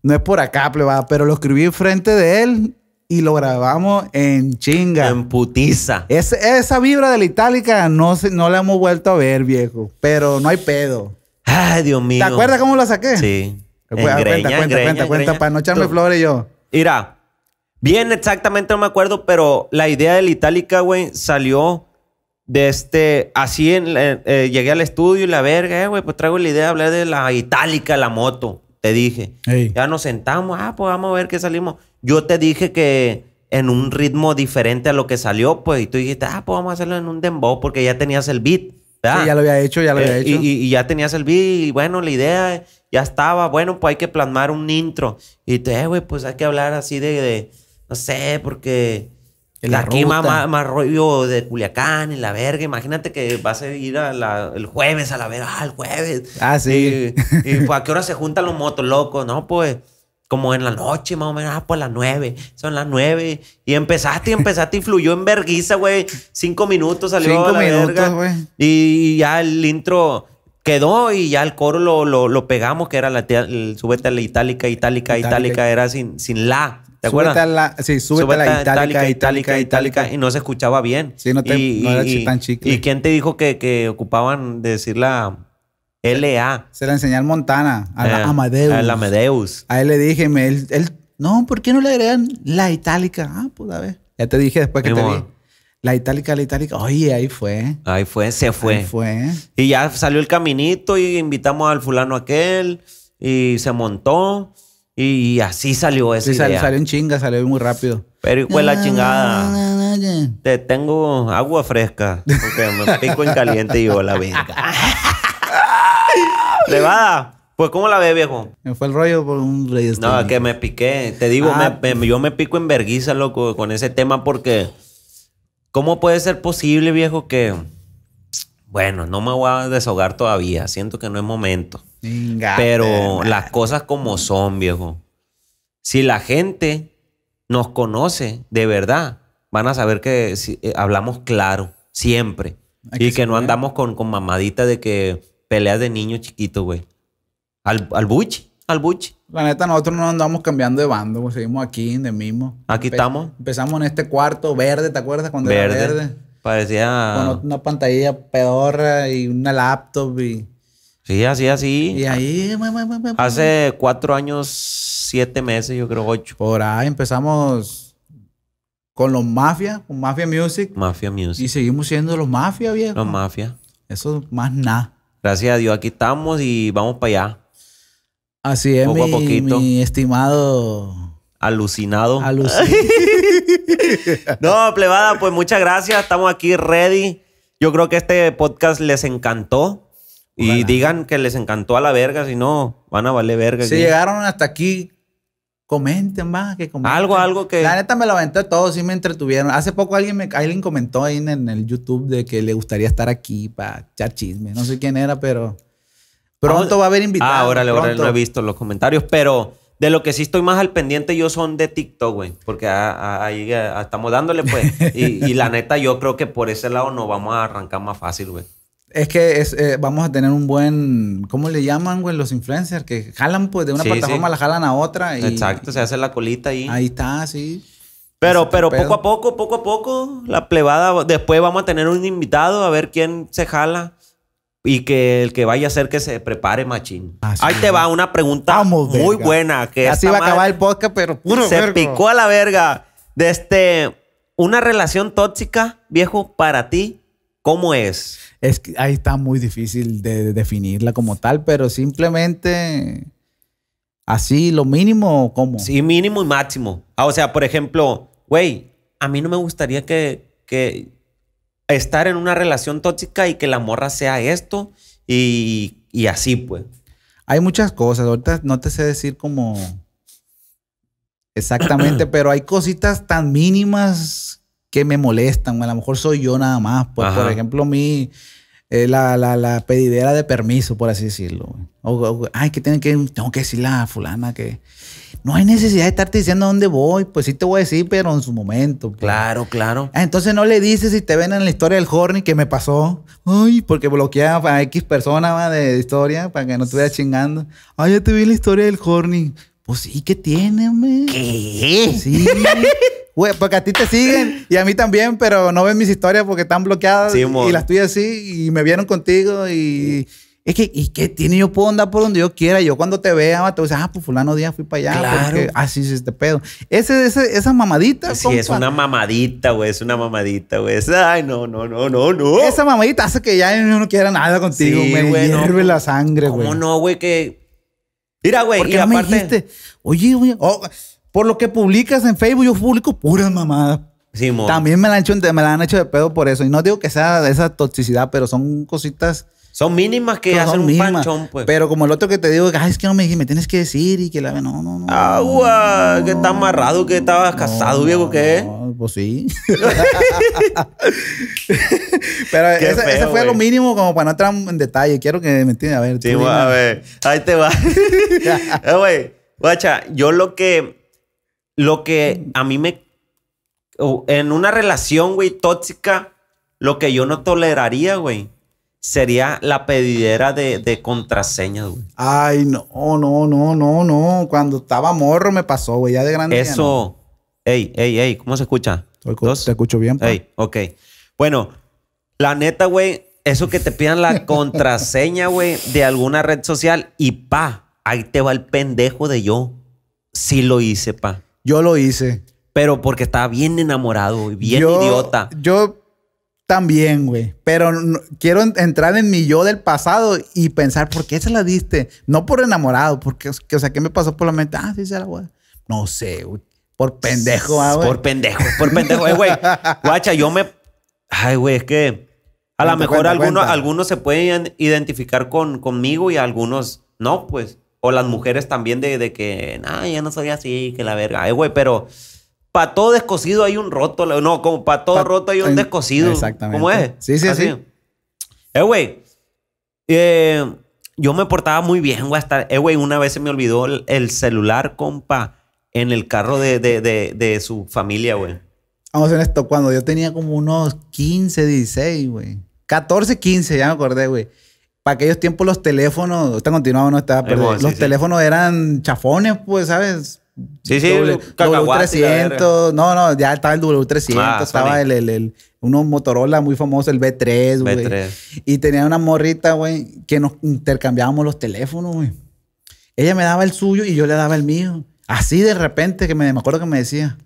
[SPEAKER 3] no es por acá, plebada, pero lo escribí enfrente de él y lo grabamos en chinga.
[SPEAKER 2] En putiza.
[SPEAKER 3] Es- esa vibra de la itálica no, se- no la hemos vuelto a ver, viejo. Pero no hay pedo.
[SPEAKER 2] Ay, Dios mío.
[SPEAKER 3] ¿Te acuerdas cómo la saqué?
[SPEAKER 2] Sí.
[SPEAKER 3] Cuenta, cuenta,
[SPEAKER 2] Engreña,
[SPEAKER 3] cuenta,
[SPEAKER 2] engreña,
[SPEAKER 3] cuenta, cuenta,
[SPEAKER 2] engreña.
[SPEAKER 3] para no echarme
[SPEAKER 2] Tú-
[SPEAKER 3] flores yo.
[SPEAKER 2] Mira, bien exactamente no me acuerdo, pero la idea de la itálica, güey, salió de este. Así en la- eh, llegué al estudio y la verga, eh, güey, pues traigo la idea de hablar de la itálica, la moto. Te dije.
[SPEAKER 3] Ey.
[SPEAKER 2] Ya nos sentamos, ah, pues vamos a ver qué salimos. Yo te dije que en un ritmo diferente a lo que salió, pues, y tú dijiste, ah, pues vamos a hacerlo en un dembow porque ya tenías el beat. ¿verdad?
[SPEAKER 3] Sí, ya lo había hecho, ya lo había
[SPEAKER 2] Eh,
[SPEAKER 3] hecho.
[SPEAKER 2] y, y- y ya tenías el beat y bueno, la idea ya estaba, bueno, pues hay que plasmar un intro. Y te, eh, güey, pues hay que hablar así de, de, no sé, porque
[SPEAKER 3] De
[SPEAKER 2] la
[SPEAKER 3] la
[SPEAKER 2] aquí más,
[SPEAKER 3] ruta.
[SPEAKER 2] más- más rollo de Culiacán y la verga. Imagínate que vas a ir a la- el jueves a la verga, ah, el jueves.
[SPEAKER 3] Ah, sí.
[SPEAKER 2] Y, y, pues a qué hora se juntan los motos, locos, ¿no? Pues como en la noche, más o menos, ah, pues las nueve, son las nueve. Y empezaste, y empezaste y fluyó en verguiza, güey. Cinco minutos salió
[SPEAKER 3] Cinco
[SPEAKER 2] a la
[SPEAKER 3] minutos,
[SPEAKER 2] verga.
[SPEAKER 3] güey.
[SPEAKER 2] Y ya el intro quedó y ya el coro lo, lo, lo pegamos, que era la tía- el, súbete a la itálica, itálica,
[SPEAKER 3] Itálica.
[SPEAKER 2] itálica, era sin, sin la. ¿Te
[SPEAKER 3] Súbete
[SPEAKER 2] acuerdas?
[SPEAKER 3] a la, sí, súbete, a la itálica, itálica, itálica.
[SPEAKER 2] Y no se escuchaba bien.
[SPEAKER 3] Sí, no te-
[SPEAKER 2] y,
[SPEAKER 3] no era
[SPEAKER 2] y-
[SPEAKER 3] chi- tan chicle.
[SPEAKER 2] ¿Y quién te dijo que, que ocupaban decir la LA?
[SPEAKER 3] Se la enseñé al Montana, a
[SPEAKER 2] Eh,
[SPEAKER 3] la Amadeus.
[SPEAKER 2] A la Amadeus.
[SPEAKER 3] A él le dije, me- él, él, no, ¿por qué no le agregan la itálica? Ah, pues a ver. Ya te dije después que
[SPEAKER 2] Mi
[SPEAKER 3] te
[SPEAKER 2] amor.
[SPEAKER 3] vi. La itálica, la itálica. Oye, ahí fue.
[SPEAKER 2] Ahí fue, se fue.
[SPEAKER 3] Ahí fue.
[SPEAKER 2] Y ya salió el caminito y invitamos al fulano aquel y se montó y así salió esa
[SPEAKER 3] Sí, sal-
[SPEAKER 2] idea.
[SPEAKER 3] salió en chinga, salió muy rápido.
[SPEAKER 2] Pero hijo
[SPEAKER 3] Ah.
[SPEAKER 2] de la chingada.
[SPEAKER 3] chingada.
[SPEAKER 2] Te tengo agua fresca. Porque me pico en caliente y yo la verga. Levada, pues ¿cómo la ve, viejo?
[SPEAKER 3] Me fue el rollo por un rey este
[SPEAKER 2] No, que me piqué. Te digo,
[SPEAKER 3] Ah.
[SPEAKER 2] me- me- yo me pico en verguiza, loco, con ese tema porque... ¿Cómo puede ser posible, viejo, que... Bueno, no me voy a desahogar todavía. Siento que no es momento.
[SPEAKER 3] Ah,
[SPEAKER 2] Pero las cosas como son, viejo. Si la gente nos conoce de verdad, van a saber que si- eh, hablamos claro, siempre.
[SPEAKER 3] Hay
[SPEAKER 2] Y
[SPEAKER 3] que
[SPEAKER 2] que,
[SPEAKER 3] ser
[SPEAKER 2] no
[SPEAKER 3] claro.
[SPEAKER 2] andamos con, con mamaditas de que peleas de niño chiquito, güey. Al, al buchi, al buchi.
[SPEAKER 3] La neta, nosotros no andamos cambiando de bando, güey, seguimos aquí, de mismo.
[SPEAKER 2] Aquí estamos.
[SPEAKER 3] Empezamos en este cuarto verde, ¿te acuerdas? Cuando
[SPEAKER 2] Verde. Ah.
[SPEAKER 3] era verde.
[SPEAKER 2] Parecía...
[SPEAKER 3] Con una pantalla pedorra y una laptop y,
[SPEAKER 2] sí, así, así.
[SPEAKER 3] y ahí... güey, güey, güey, güey.
[SPEAKER 2] Hace cuatro años, siete meses, yo creo, ocho.
[SPEAKER 3] Por ahí empezamos con los mafias, con Mafia Music.
[SPEAKER 2] Mafia Music.
[SPEAKER 3] Y seguimos siendo los mafias, viejo.
[SPEAKER 2] Los Mafia.
[SPEAKER 3] Eso es más nada.
[SPEAKER 2] Gracias a Dios, aquí estamos y vamos para allá.
[SPEAKER 3] Así es,
[SPEAKER 2] Poco a
[SPEAKER 3] mi,
[SPEAKER 2] poquito. Oh.
[SPEAKER 3] mi estimado
[SPEAKER 2] Alucinado.
[SPEAKER 3] alucinado.
[SPEAKER 2] No, plebada, pues muchas gracias. Estamos aquí ready. Yo creo que este podcast les encantó. Y
[SPEAKER 3] Ojalá.
[SPEAKER 2] digan que les encantó a la verga, si no, van a valer verga.
[SPEAKER 3] si
[SPEAKER 2] aquí.
[SPEAKER 3] llegaron hasta aquí, comenten más, que comenten.
[SPEAKER 2] Algo, algo que-
[SPEAKER 3] La neta me lo aventé todo, sí me entretuvieron. Hace poco alguien me alguien comentó ahí en, en el YouTube de que le gustaría estar aquí para echar chisme. No sé quién era, pero pronto va a haber invitados.
[SPEAKER 2] Ah, órale, órale,
[SPEAKER 3] pronto.
[SPEAKER 2] no he visto los comentarios, pero de lo que sí estoy más al pendiente yo son de TikTok, güey, porque a- a- ahí eh, estamos dándole, pues. Y, y la neta, yo creo que por ese lado nos vamos a arrancar más fácil, güey.
[SPEAKER 3] Es que es, eh, vamos a tener un buen, ¿cómo le llaman, güey? Los influencers que jalan pues de una
[SPEAKER 2] Sí,
[SPEAKER 3] plataforma
[SPEAKER 2] sí.
[SPEAKER 3] la jalan a otra. Y,
[SPEAKER 2] Exacto, se hace la colita ahí.
[SPEAKER 3] Ahí está, sí.
[SPEAKER 2] Pero,
[SPEAKER 3] Ese
[SPEAKER 2] pero
[SPEAKER 3] pedo.
[SPEAKER 2] poco a poco, poco a poco, la plebada, después vamos a tener un invitado a ver quién se jala y que el que vaya a ser que se prepare machín.
[SPEAKER 3] Así
[SPEAKER 2] Ahí te
[SPEAKER 3] es.
[SPEAKER 2] va una pregunta
[SPEAKER 3] Ah, Vamos,
[SPEAKER 2] muy
[SPEAKER 3] verga.
[SPEAKER 2] buena. Que
[SPEAKER 3] Así
[SPEAKER 2] esta
[SPEAKER 3] va a acabar
[SPEAKER 2] madre
[SPEAKER 3] el podcast, pero puro
[SPEAKER 2] Se
[SPEAKER 3] vergo.
[SPEAKER 2] picó a la verga. Desde una relación tóxica, viejo, para ti, ¿cómo es?
[SPEAKER 3] Es que ahí está muy difícil de, de definirla como tal, pero simplemente así, lo mínimo, como.
[SPEAKER 2] Sí, mínimo y máximo. Ah, o sea, por ejemplo, güey, a mí no me gustaría que, que estar en una relación tóxica y que la morra sea esto y, y así, pues.
[SPEAKER 3] Hay muchas cosas, ahorita no te sé decir como exactamente, pero hay cositas tan mínimas que me molestan. A lo mejor soy yo nada más. Pues,
[SPEAKER 2] Ajá.
[SPEAKER 3] por ejemplo, mi eh, la, la, la pedidera de permiso, por así decirlo. güey. O- o- ay, que tienen que, tengo que decirle a fulana que no hay necesidad de estarte diciendo a dónde voy. Pues sí te voy a decir, pero en su momento. pues.
[SPEAKER 2] Claro, claro.
[SPEAKER 3] Ah, Entonces no le dices si te ven en la historia del horny que me pasó. Ay, porque bloquea a X persona va, de historia para que no estuviera chingando. Ay, ya te vi en la historia del horny. Pues sí, ¿qué tiene, hombre? Pues
[SPEAKER 2] ¿Qué?
[SPEAKER 3] Sí. Güey, porque a ti te siguen y a mí también, pero no ven mis historias porque están bloqueadas
[SPEAKER 2] Sí, mo.
[SPEAKER 3] y las tuyas sí y me vieron contigo y es que y qué tiene yo puedo andar por donde yo quiera, yo cuando te vea va, te voy a decir, ah, pues fulano día fui para allá
[SPEAKER 2] Claro.
[SPEAKER 3] porque así es este pedo. Ese, ese esa mamadita,
[SPEAKER 2] Sí, es
[SPEAKER 3] compa.
[SPEAKER 2] una mamadita, güey. Es una mamadita, güey. Es- Ay, no, no, no, no, no.
[SPEAKER 3] Esa mamadita hace que ya no quiera nada contigo.
[SPEAKER 2] Sí,
[SPEAKER 3] me
[SPEAKER 2] güey, no,
[SPEAKER 3] hierve
[SPEAKER 2] ¿cómo-
[SPEAKER 3] la sangre, güey.
[SPEAKER 2] ¿Cómo no, güey? Que. Mira, güey,
[SPEAKER 3] ¿Por
[SPEAKER 2] y
[SPEAKER 3] qué no me
[SPEAKER 2] aparte.
[SPEAKER 3] dijiste? Oye, güey. oh, Por lo que publicas en Facebook, yo publico puras mamadas.
[SPEAKER 2] Simón.
[SPEAKER 3] También me la, han hecho, me la han hecho de pedo por eso. Y no digo que sea de esa toxicidad, pero son cositas
[SPEAKER 2] Son mínimas que
[SPEAKER 3] son
[SPEAKER 2] hacen un
[SPEAKER 3] mínimas.
[SPEAKER 2] panchón, pues.
[SPEAKER 3] Pero como el otro que te digo, ay, es que no me dijiste, me tienes que decir y que la... No, no, no.
[SPEAKER 2] Agua,
[SPEAKER 3] no,
[SPEAKER 2] que está amarrado, que estabas casado, viejo, ¿qué?
[SPEAKER 3] no, pues sí. Pero
[SPEAKER 2] Qué
[SPEAKER 3] ese, ese
[SPEAKER 2] feo,
[SPEAKER 3] fue lo
[SPEAKER 2] güey.
[SPEAKER 3] mínimo como para no entrar en detalle. Quiero que me entiendan. A ver,
[SPEAKER 2] Sí,
[SPEAKER 3] tú
[SPEAKER 2] güey,
[SPEAKER 3] dime.
[SPEAKER 2] a ver. Ahí te va. Eh, Güey, guacha, yo lo que. Lo que a mí me. o- En una relación, güey, tóxica, lo que yo no toleraría, güey, sería la pedidera de, de contraseñas, güey.
[SPEAKER 3] Ay, no, no, no, no, no. Cuando estaba morro me pasó, güey. Ya de grande. ya no.
[SPEAKER 2] Eso. Ey, ey, ey, ¿cómo se escucha?
[SPEAKER 3] Estoy co- Te escucho bien, pa.
[SPEAKER 2] Ey, ok. Bueno, la neta, güey, eso que te pidan la contraseña, güey, de alguna red social y pa, ahí te va el pendejo de yo. Sí lo hice, pa.
[SPEAKER 3] Yo lo hice.
[SPEAKER 2] Pero porque estaba bien enamorado, güey, bien
[SPEAKER 3] Yo-
[SPEAKER 2] idiota.
[SPEAKER 3] Yo también, güey. Pero no- quiero en- entrar en mi yo del pasado y pensar, ¿por qué se la diste? No por enamorado, porque, es que, o sea, ¿qué me pasó por la mente? Ah, sí, se la voy a- No sé, güey. Por pendejo, ah, güey.
[SPEAKER 2] Por pendejo, por pendejo. Eh, güey, guacha, yo me... Ay, güey, es que a lo
[SPEAKER 3] Cuenta,
[SPEAKER 2] mejor
[SPEAKER 3] cuenta,
[SPEAKER 2] algunos,
[SPEAKER 3] cuenta.
[SPEAKER 2] algunos se pueden identificar con, conmigo y algunos no, pues. O las mujeres también de, de que, nah, ya no soy así, que la verga. Eh, güey, pero para todo descosido hay un roto. la- No, como para todo
[SPEAKER 3] Pa-
[SPEAKER 2] roto hay
[SPEAKER 3] hay-
[SPEAKER 2] un descosido.
[SPEAKER 3] exactamente.
[SPEAKER 2] ¿Cómo es?
[SPEAKER 3] Sí, sí,
[SPEAKER 2] Así.
[SPEAKER 3] sí.
[SPEAKER 2] Eh, güey. Eh, yo me portaba muy bien, güey. Hasta, eh, güey, una vez se me olvidó el, el celular, compa, en el carro de, de, de, de su familia, güey.
[SPEAKER 3] Vamos a hacer esto. Cuando yo tenía como unos 15, 16, güey. 14, 15, ya me acordé, güey. Para aquellos tiempos los teléfonos, está continuado no estaba, pero
[SPEAKER 2] bueno, sí,
[SPEAKER 3] los
[SPEAKER 2] sí.
[SPEAKER 3] teléfonos eran chafones, pues, ¿sabes?
[SPEAKER 2] Sí, sí,
[SPEAKER 3] Doble-
[SPEAKER 2] cacahuate y la
[SPEAKER 3] W300, no, no, ya estaba el W300,
[SPEAKER 2] Ah,
[SPEAKER 3] estaba
[SPEAKER 2] Sony.
[SPEAKER 3] el, el, el- uno Motorola muy famoso, el B3, güey.
[SPEAKER 2] B3.
[SPEAKER 3] Y tenía una morrita, güey, que nos intercambiábamos los teléfonos, güey. Ella me daba el suyo y yo le daba el mío. Así de repente, que me, me acuerdo que me decía,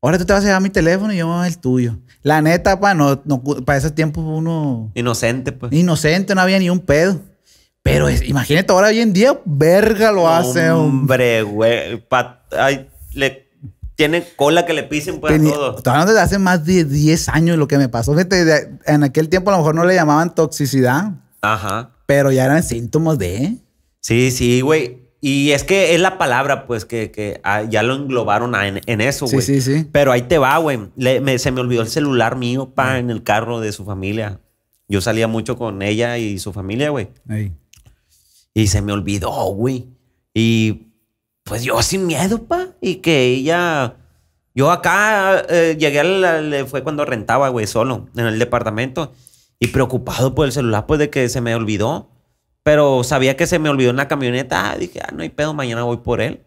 [SPEAKER 3] ahora tú te vas a llevar mi teléfono y yo me voy a llevar el tuyo. La neta, pa, no, no, para ese tiempo uno
[SPEAKER 2] Inocente, pues.
[SPEAKER 3] inocente, no había ni un pedo. Pero es- imagínate, ahora hoy en día, verga lo hace, hombre.
[SPEAKER 2] Hombre, güey. Pa- ay, le, tiene cola que le pisen, pues,
[SPEAKER 3] Tenía-
[SPEAKER 2] a todo.
[SPEAKER 3] Estoy hablando de hace más de 10 años lo que me pasó. Fíjate, de- en aquel tiempo a lo mejor no le llamaban toxicidad,
[SPEAKER 2] Ajá.
[SPEAKER 3] pero ya eran síntomas de.
[SPEAKER 2] Sí, sí, güey. Y es que es la palabra, pues, que, que ah, ya lo englobaron a- en, en eso,
[SPEAKER 3] Sí,
[SPEAKER 2] güey.
[SPEAKER 3] sí, sí.
[SPEAKER 2] Pero ahí te va, güey. Le- me- se me olvidó el celular mío,
[SPEAKER 3] Mm.
[SPEAKER 2] pa, en el carro de su familia. Yo salía mucho con ella y su familia, güey.
[SPEAKER 3] Ey.
[SPEAKER 2] Y se me olvidó, güey. Y pues yo sin miedo, pa. Y que ella. Yo acá eh, llegué al. al- Fue cuando rentaba, güey, solo, en el departamento. Y preocupado por el celular, pues de que se me olvidó. Pero sabía que se me olvidó en la camioneta. Ah, dije, ah, no hay pedo, mañana voy por él.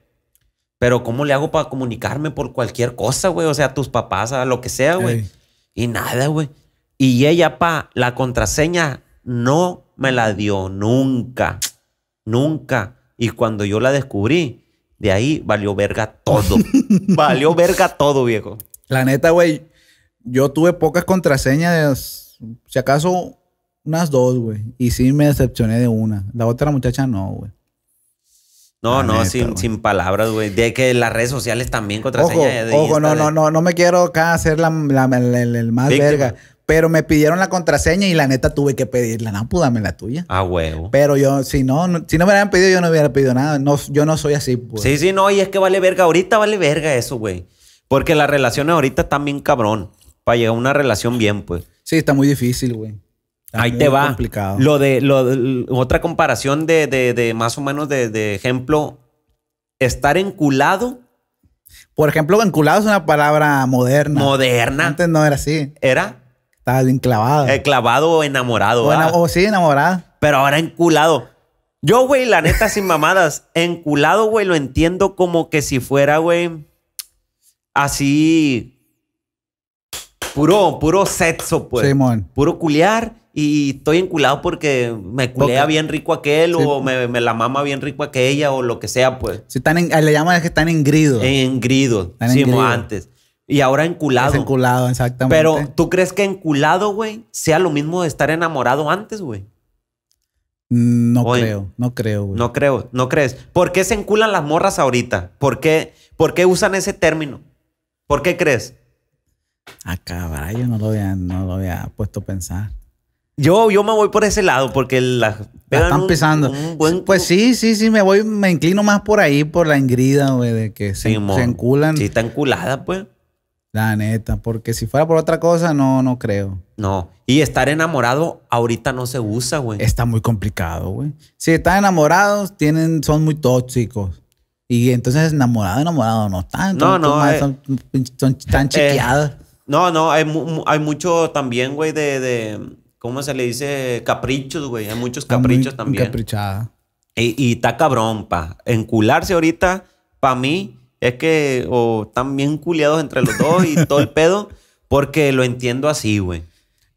[SPEAKER 2] Pero ¿cómo le hago para comunicarme por cualquier cosa, güey? O sea, tus papás, a lo que sea, güey.
[SPEAKER 3] Ey.
[SPEAKER 2] Y nada, güey. Y ella, pa, la contraseña no me la dio nunca. Nunca. Y cuando yo la descubrí, de ahí valió verga todo. valió verga todo, viejo.
[SPEAKER 3] La neta, güey, yo tuve pocas contraseñas, si acaso unas dos, güey. Y sí me decepcioné de una. La otra muchacha no, güey.
[SPEAKER 2] No,
[SPEAKER 3] La
[SPEAKER 2] no,
[SPEAKER 3] neta,
[SPEAKER 2] sin,
[SPEAKER 3] güey.
[SPEAKER 2] sin palabras, güey. De que las redes sociales también contraseña.
[SPEAKER 3] Ojo,
[SPEAKER 2] de
[SPEAKER 3] ojo, no,
[SPEAKER 2] Insta,
[SPEAKER 3] no,
[SPEAKER 2] de-
[SPEAKER 3] no, no me quiero acá hacer la, la- la- la- la- el más
[SPEAKER 2] Víctima.
[SPEAKER 3] verga. Pero me pidieron la contraseña y la neta tuve que pedirla. No, pues dame la tuya.
[SPEAKER 2] Ah, huevo.
[SPEAKER 3] Pero yo, si no, no- si no me hubieran pedido, yo no hubiera pedido nada. No, yo no soy así, pues.
[SPEAKER 2] Sí, sí, no, y es que vale verga. Ahorita vale verga eso, güey. Porque las relaciones ahorita están bien cabrón. Para llegar a una relación bien, pues.
[SPEAKER 3] Sí, está muy difícil, güey. Está
[SPEAKER 2] Ahí
[SPEAKER 3] muy
[SPEAKER 2] te va.
[SPEAKER 3] complicado.
[SPEAKER 2] Lo de, lo de- l- otra comparación de, de- de más o menos de, de ejemplo, estar enculado,
[SPEAKER 3] Por ejemplo, enculado es una palabra moderna.
[SPEAKER 2] moderna,
[SPEAKER 3] Antes no era así.
[SPEAKER 2] era
[SPEAKER 3] Estaba bien clavado.
[SPEAKER 2] eh, clavado o enamorado.
[SPEAKER 3] o,
[SPEAKER 2] ¿va?
[SPEAKER 3] ena- o sí, enamorada.
[SPEAKER 2] Pero ahora enculado. Yo, güey, la neta, sin mamadas, enculado, güey, lo entiendo como que si fuera, güey, así. Puro, puro sexo, pues.
[SPEAKER 3] Simón.
[SPEAKER 2] puro culear y estoy enculado porque me culea
[SPEAKER 3] Porque-
[SPEAKER 2] bien rico aquel
[SPEAKER 3] Sí.
[SPEAKER 2] o me, me la mama bien rico aquella o lo que sea, pues.
[SPEAKER 3] Si están en- le llaman es que están en grido.
[SPEAKER 2] Engrido,
[SPEAKER 3] Están
[SPEAKER 2] sí,
[SPEAKER 3] engrido.
[SPEAKER 2] mo- antes. Y ahora enculado.
[SPEAKER 3] Es enculado, exactamente.
[SPEAKER 2] Pero, ¿tú crees que enculado, güey, sea lo mismo de estar enamorado antes, güey?
[SPEAKER 3] No
[SPEAKER 2] Oye.
[SPEAKER 3] creo, no creo, güey.
[SPEAKER 2] No creo, no crees. ¿Por qué se enculan las morras ahorita? ¿Por qué, por qué usan ese término? ¿Por qué crees?
[SPEAKER 3] Ah, cabrón, yo no lo había, no lo había puesto a pensar.
[SPEAKER 2] Yo, yo me voy por ese lado porque las
[SPEAKER 3] La
[SPEAKER 2] pegan
[SPEAKER 3] están
[SPEAKER 2] un-
[SPEAKER 3] pisando.
[SPEAKER 2] un buen
[SPEAKER 3] Pues sí, sí, sí, me voy, me inclino más por ahí, por la ingrida, güey, de que se,
[SPEAKER 2] Simón.
[SPEAKER 3] se enculan.
[SPEAKER 2] Sí, está enculada, pues.
[SPEAKER 3] La neta, porque si fuera por otra cosa, no, no creo.
[SPEAKER 2] No. Y estar enamorado ahorita no se usa, güey.
[SPEAKER 3] Está muy complicado, güey. Si están enamorados, tienen, son muy tóxicos. Y entonces enamorado, enamorado no están.
[SPEAKER 2] No,
[SPEAKER 3] son-
[SPEAKER 2] no,
[SPEAKER 3] son más-
[SPEAKER 2] eh.
[SPEAKER 3] son, son- están chiqueados.
[SPEAKER 2] No, no, hay, mu- mu- hay mucho también, güey, de, de- ¿Cómo se le dice? Caprichos, güey. Hay muchos
[SPEAKER 3] Están muy
[SPEAKER 2] caprichos también.
[SPEAKER 3] encaprichadas.
[SPEAKER 2] Y, y está cabrón, pa. Encularse ahorita, pa mí, es que o están bien culiados entre los dos y todo el pedo, porque lo entiendo así, güey.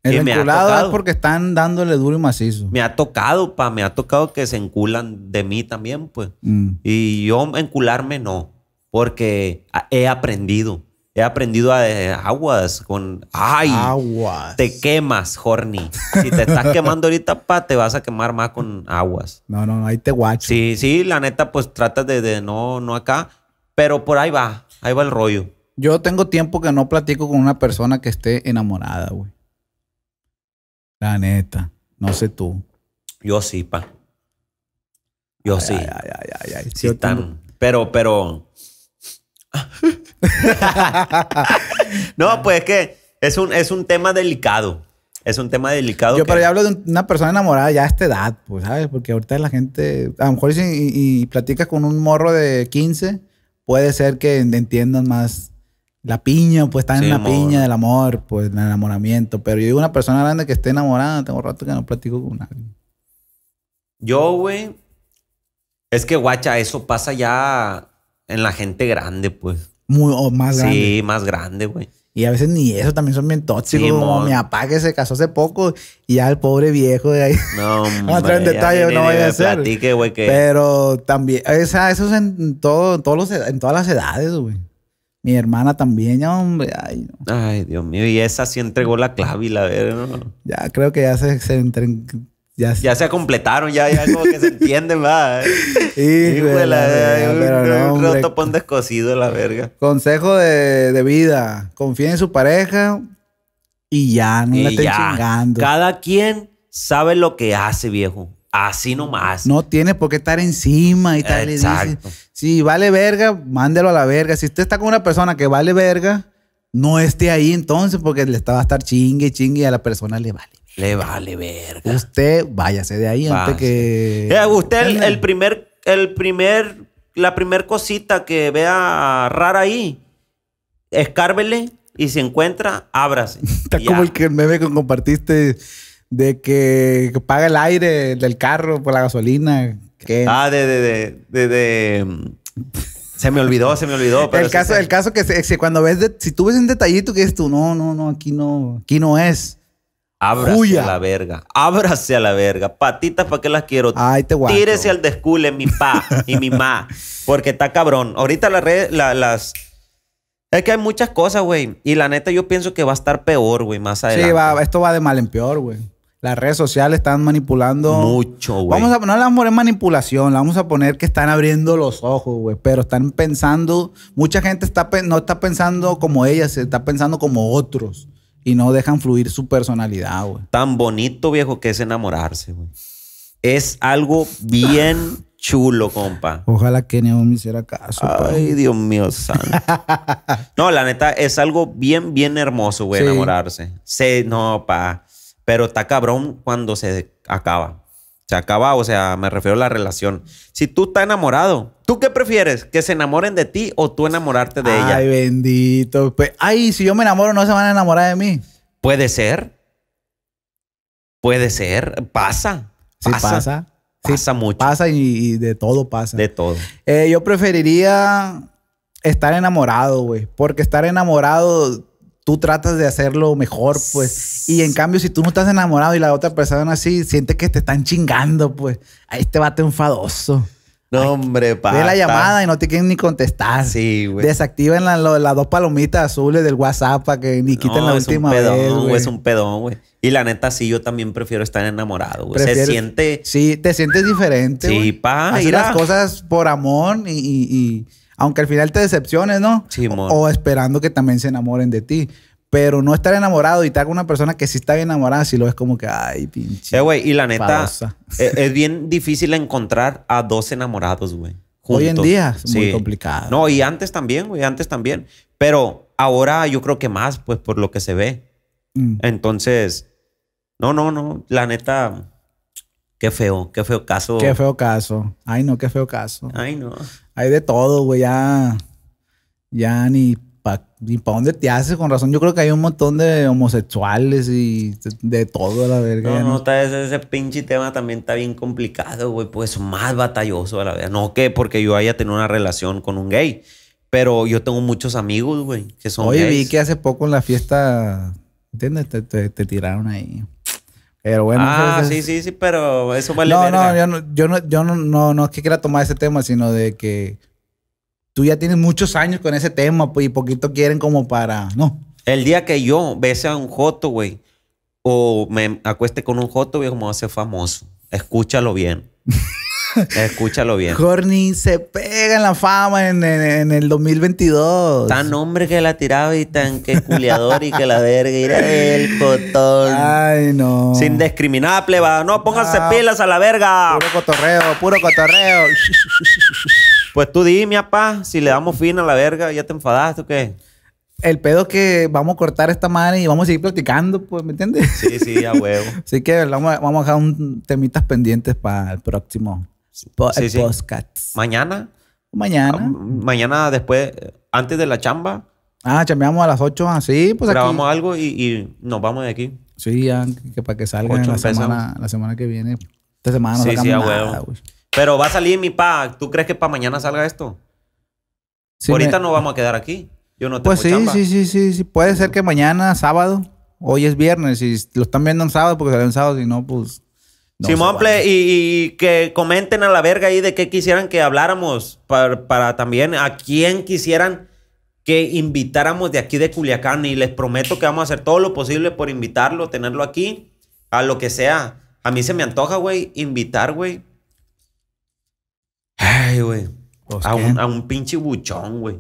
[SPEAKER 3] El
[SPEAKER 2] Y me ha
[SPEAKER 3] enculado es
[SPEAKER 2] tocado.
[SPEAKER 3] porque están dándole duro y macizo.
[SPEAKER 2] Me ha tocado, pa, me ha tocado que se enculan de mí también, pues.
[SPEAKER 3] Mm.
[SPEAKER 2] Y yo encularme no, porque a- he aprendido. He aprendido a eh, aguas con... ¡Ay!
[SPEAKER 3] Aguas.
[SPEAKER 2] Te quemas, horny. Si te estás quemando ahorita, pa, te vas a quemar más con aguas.
[SPEAKER 3] No, no, no, ahí te guacho.
[SPEAKER 2] Sí, sí, la neta, pues tratas de, de no, no acá, pero por ahí va, ahí va el rollo.
[SPEAKER 3] Yo tengo tiempo que no platico con una persona que esté enamorada, güey. La neta. No sé tú.
[SPEAKER 2] Yo sí, pa. Yo sí,
[SPEAKER 3] Ay, ay, ay, ay, ay.
[SPEAKER 2] sí
[SPEAKER 3] Yo
[SPEAKER 2] están.
[SPEAKER 3] tengo-
[SPEAKER 2] Pero, pero. no, pues es que es un, es un tema delicado. Es un tema delicado.
[SPEAKER 3] Yo,
[SPEAKER 2] que-
[SPEAKER 3] pero yo hablo de un- una persona enamorada ya a esta edad, pues, ¿sabes? Porque ahorita la gente, a lo mejor si y, y platicas con un morro de 15, puede ser que entiendan más la piña, pues están
[SPEAKER 2] Sí,
[SPEAKER 3] en la
[SPEAKER 2] amor.
[SPEAKER 3] piña del amor, pues, el enamoramiento. Pero yo digo, una persona grande que esté enamorada, tengo rato que no platico con nadie.
[SPEAKER 2] Yo, güey. Es que, guacha, eso pasa ya en la gente grande, pues.
[SPEAKER 3] Muy, o más grande.
[SPEAKER 2] Sí, más grande, güey.
[SPEAKER 3] Y a veces ni eso, también son bien tóxicos.
[SPEAKER 2] Sí,
[SPEAKER 3] como
[SPEAKER 2] mon.
[SPEAKER 3] mi papá que se casó hace poco y ya el pobre viejo de ahí.
[SPEAKER 2] No,
[SPEAKER 3] a entrar en
[SPEAKER 2] hombre, ya
[SPEAKER 3] detalle,
[SPEAKER 2] ni-
[SPEAKER 3] no
[SPEAKER 2] ni
[SPEAKER 3] vaya a
[SPEAKER 2] me
[SPEAKER 3] ser.
[SPEAKER 2] platique, güey, que.
[SPEAKER 3] Pero también, esa, eso es en, todo, en todos los, ed- en todas las edades, güey. Mi hermana también, ya, hombre, ay, no.
[SPEAKER 2] Ay, Dios mío, y esa sí entregó la clave y la verga, ¿no?
[SPEAKER 3] ya creo que ya se, se entren- ya, se-
[SPEAKER 2] Ya se completaron, ya, ya como que se entienden, va.
[SPEAKER 3] Hijo de la verga, pero
[SPEAKER 2] verga,
[SPEAKER 3] no,
[SPEAKER 2] un
[SPEAKER 3] hombre.
[SPEAKER 2] roto pon descosido la verga.
[SPEAKER 3] Consejo de, de vida, confía en su pareja y ya, no la
[SPEAKER 2] Y
[SPEAKER 3] estén
[SPEAKER 2] ya.
[SPEAKER 3] chingando.
[SPEAKER 2] Cada quien sabe lo que hace, viejo. Así nomás.
[SPEAKER 3] No tienes por qué estar encima y tal. y dices,
[SPEAKER 2] Exacto.
[SPEAKER 3] si vale verga, mándelo a la verga. Si usted está con una persona que vale verga, no esté ahí entonces porque le está, va a estar chingue, y chingue y a la persona le vale.
[SPEAKER 2] Le vale verga.
[SPEAKER 3] Usted váyase de ahí antes
[SPEAKER 2] Váyase.
[SPEAKER 3] que.
[SPEAKER 2] Eh, usted el,
[SPEAKER 3] Anda.
[SPEAKER 2] el primer, el primer, la primer cosita que vea rara ahí, escárvele y si encuentra, ábrase.
[SPEAKER 3] Está
[SPEAKER 2] Ya.
[SPEAKER 3] como el que el meme que compartiste de que que paga el aire del carro por la gasolina. Que
[SPEAKER 2] Ah, de, de, de, de, de, mm, Se me olvidó, se me olvidó. Pero
[SPEAKER 3] el,
[SPEAKER 2] sí
[SPEAKER 3] caso,
[SPEAKER 2] se-
[SPEAKER 3] el caso que se- se- cuando ves, de- si tú ves un detallito que es tú, no, no, no, aquí no, aquí no es.
[SPEAKER 2] Ábrase
[SPEAKER 3] Juya.
[SPEAKER 2] a la verga. Ábrase a la verga. Patitas, ¿para qué las quiero?
[SPEAKER 3] Ay, te Ah, guacho.
[SPEAKER 2] Tírese al descule, mi pa y mi ma. Porque está cabrón. Ahorita las redes, la- las. Es que hay muchas cosas, güey. Y la neta, yo pienso que va a estar peor, güey, más adelante.
[SPEAKER 3] Sí, va, esto va de mal en peor, güey. Las redes sociales están manipulando.
[SPEAKER 2] Mucho, güey.
[SPEAKER 3] Vamos a, no le vamos a poner manipulación, le vamos a poner que están abriendo los ojos, güey. Pero están pensando, mucha gente está, pe- no está pensando como ellas, está pensando como otros. Y no dejan fluir su personalidad, güey.
[SPEAKER 2] Tan bonito, viejo, que es enamorarse, güey. Es algo bien chulo, compa.
[SPEAKER 3] Ojalá que no me hiciera caso. pues.
[SPEAKER 2] Ay, Dios mío, santo. No, la neta, es algo bien, bien hermoso, güey,
[SPEAKER 3] Sí.
[SPEAKER 2] enamorarse. Sí, no, pa. Pero está cabrón cuando se acaba. Se acaba, o sea, me refiero a la relación. Si tú estás enamorado, ¿tú qué prefieres? ¿Que se enamoren de ti o tú enamorarte de
[SPEAKER 3] pues. Ay,
[SPEAKER 2] ella?
[SPEAKER 3] bendito. pues. ay, si yo me enamoro, no se van a enamorar de mí.
[SPEAKER 2] ¿Puede ser? ¿Puede ser? Pasa.
[SPEAKER 3] Sí, pasa. Pasa,
[SPEAKER 2] Pasa mucho.
[SPEAKER 3] y, y de todo pasa.
[SPEAKER 2] De todo.
[SPEAKER 3] Eh, yo preferiría estar enamorado, güey. Porque estar enamorado, tú tratas de hacerlo mejor, pues. Y en cambio, si tú no estás enamorado y la otra persona así, siente que te están chingando, pues. Ahí te bate enfadoso.
[SPEAKER 2] No, hombre, pa.
[SPEAKER 3] Ve la
[SPEAKER 2] está-
[SPEAKER 3] llamada y no te quieren ni contestar.
[SPEAKER 2] Sí, güey.
[SPEAKER 3] Desactiven la- lo- las dos palomitas azules del WhatsApp para que ni quiten
[SPEAKER 2] No,
[SPEAKER 3] la
[SPEAKER 2] es un
[SPEAKER 3] última
[SPEAKER 2] pedón,
[SPEAKER 3] vez,
[SPEAKER 2] güey,
[SPEAKER 3] güey.
[SPEAKER 2] Es un pedón, güey. Y la neta, sí, yo también prefiero estar enamorado, güey. Se
[SPEAKER 3] Prefieres-
[SPEAKER 2] siente.
[SPEAKER 3] Sí, te sientes diferente.
[SPEAKER 2] Sí,
[SPEAKER 3] güey.
[SPEAKER 2] pa,
[SPEAKER 3] Haces
[SPEAKER 2] mira.
[SPEAKER 3] las cosas por amor y, y- y aunque al final te decepciones, ¿no?
[SPEAKER 2] Sí, mon.
[SPEAKER 3] o esperando que también se enamoren de ti. Pero no estar enamorado y estar con una persona que sí está bien enamorada, si lo es como que, ay, pinche.
[SPEAKER 2] Eh, güey, y la neta,
[SPEAKER 3] Babosa.
[SPEAKER 2] eh, es bien difícil encontrar a dos enamorados, güey.
[SPEAKER 3] Hoy en
[SPEAKER 2] juntos.
[SPEAKER 3] día es muy
[SPEAKER 2] Sí.
[SPEAKER 3] complicado.
[SPEAKER 2] No, y antes también, güey, antes también. Pero ahora yo creo que más, pues, por lo que se ve.
[SPEAKER 3] Mm.
[SPEAKER 2] Entonces, no, no, no, la neta, qué feo, qué feo caso.
[SPEAKER 3] Qué feo caso. Ay, no, qué feo caso.
[SPEAKER 2] Ay, no.
[SPEAKER 3] Hay de todo, güey. Ya, ya ni para ni pa dónde te haces. Con razón, yo creo que hay un montón de homosexuales y de, de todo a la verga.
[SPEAKER 2] No,
[SPEAKER 3] ya
[SPEAKER 2] no,
[SPEAKER 3] no-
[SPEAKER 2] está ese, ese pinche tema también está bien complicado, güey. Pues más batalloso a la verdad. No que porque yo haya tenido una relación con un gay, pero yo tengo muchos amigos, güey, que son
[SPEAKER 3] Oye, vi
[SPEAKER 2] gays.
[SPEAKER 3] que hace poco en la fiesta, ¿entiendes? Te, te- te tiraron ahí. Pero bueno.
[SPEAKER 2] ah,
[SPEAKER 3] pues,
[SPEAKER 2] sí,
[SPEAKER 3] es-
[SPEAKER 2] sí, sí, pero eso vale
[SPEAKER 3] no,
[SPEAKER 2] verga.
[SPEAKER 3] no, yo no, yo no, yo no, no, no es que quiera tomar ese tema, sino de que tú ya tienes muchos años con ese tema pues, y poquito quieren como para, no,
[SPEAKER 2] El día que yo bese a un joto, güey, o me acueste con un joto, viejo, me voy a hacer famoso. Escúchalo bien. Escúchalo bien.
[SPEAKER 3] Corny se pega en la fama en, en- en el 2022.
[SPEAKER 2] Tan hombre que la tiraba y tan que culiador y que la verga. Era el cotón.
[SPEAKER 3] Ay, no.
[SPEAKER 2] Sin discriminar, pleba. No, pónganse
[SPEAKER 3] Ah.
[SPEAKER 2] pilas a la verga.
[SPEAKER 3] Puro cotorreo, puro cotorreo.
[SPEAKER 2] Pues tú dime, apá, si le damos fin a la verga, ¿ya te enfadaste o qué?
[SPEAKER 3] El pedo es que vamos a cortar esta madre y vamos a seguir platicando, pues, ¿me entiendes?
[SPEAKER 2] Sí, sí, a huevo.
[SPEAKER 3] Así que vamos a, vamos a dejar un temitas pendientes para el próximo po-
[SPEAKER 2] Sí,
[SPEAKER 3] el
[SPEAKER 2] sí.
[SPEAKER 3] podcast.
[SPEAKER 2] Mañana,
[SPEAKER 3] Mañana.
[SPEAKER 2] mañana después, eh, antes de la chamba,
[SPEAKER 3] Ah, chambeamos a las 8, así, pues aquí.
[SPEAKER 2] grabamos algo y, y nos vamos de aquí.
[SPEAKER 3] Sí, ya, que para que salga
[SPEAKER 2] Ocho
[SPEAKER 3] la
[SPEAKER 2] empezamos.
[SPEAKER 3] semana, la semana que viene. Esta semana no
[SPEAKER 2] Sí, sí,
[SPEAKER 3] sacamos
[SPEAKER 2] a huevo.
[SPEAKER 3] nada, güey.
[SPEAKER 2] Pero va a salir mi pa. ¿Tú crees que para mañana salga esto?
[SPEAKER 3] Sí,
[SPEAKER 2] Ahorita
[SPEAKER 3] me-
[SPEAKER 2] no vamos a quedar aquí. Yo no tengo
[SPEAKER 3] Pues sí,
[SPEAKER 2] chamba.
[SPEAKER 3] sí, sí, sí, sí. Puede ser que mañana, sábado. Hoy es viernes. Y lo están viendo en sábado porque salió en sábado. Si no, pues. no
[SPEAKER 2] Simón,
[SPEAKER 3] se
[SPEAKER 2] ple,
[SPEAKER 3] vale.
[SPEAKER 2] y, y que comenten a la verga ahí de qué quisieran que habláramos para, para también a quién quisieran que invitáramos de aquí de Culiacán. Y les prometo que vamos a hacer todo lo posible por invitarlo, tenerlo aquí, a lo que sea. A mí se me antoja, güey, invitar, güey. Ay, güey.
[SPEAKER 3] Pues,
[SPEAKER 2] A
[SPEAKER 3] ¿qué?
[SPEAKER 2] un, a un pinche buchón, güey.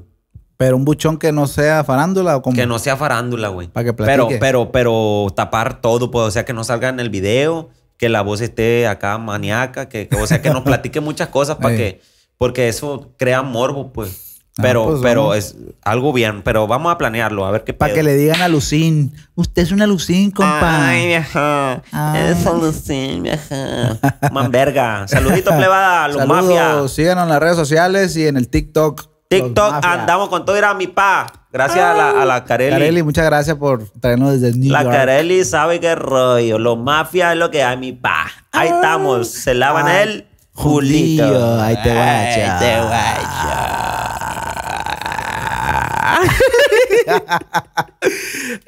[SPEAKER 3] Pero un buchón que no sea farándula o como.
[SPEAKER 2] Que no sea farándula, güey.
[SPEAKER 3] Pa' que
[SPEAKER 2] pero,
[SPEAKER 3] platique.
[SPEAKER 2] pero, pero tapar todo, pues, o sea, que no salga en el video, que la voz esté acá maníaca, que, que- o sea, que nos platique muchas cosas para
[SPEAKER 3] Ey.
[SPEAKER 2] que, porque eso crea morbo, pues.
[SPEAKER 3] Ah,
[SPEAKER 2] Pero,
[SPEAKER 3] pues,
[SPEAKER 2] pero
[SPEAKER 3] vamos.
[SPEAKER 2] es algo bien, pero vamos a planearlo, a ver qué
[SPEAKER 3] Para que
[SPEAKER 2] pedo.
[SPEAKER 3] le digan a Lucín. Usted es una Lucín, compa.
[SPEAKER 2] Ay, vieja.
[SPEAKER 3] Ay.
[SPEAKER 2] Eres un lucín, vieja. Manverga. Saludito, plebada, a los
[SPEAKER 3] Saludos.
[SPEAKER 2] mafia.
[SPEAKER 3] Síganos en las redes sociales y en el TikTok. Los
[SPEAKER 2] TikTok,
[SPEAKER 3] Mafia.
[SPEAKER 2] andamos con todo, era mi pa. Gracias a la, a la Carelli.
[SPEAKER 3] Carelli, muchas gracias por traernos desde New
[SPEAKER 2] La
[SPEAKER 3] York.
[SPEAKER 2] Carelli sabe qué rollo. Los mafias es lo que hay, mi pa. Ahí
[SPEAKER 3] Ah.
[SPEAKER 2] estamos. Se lavan
[SPEAKER 3] Ah.
[SPEAKER 2] el Julito.
[SPEAKER 3] Julio, ahí te guacha.
[SPEAKER 2] Ahí te guacha.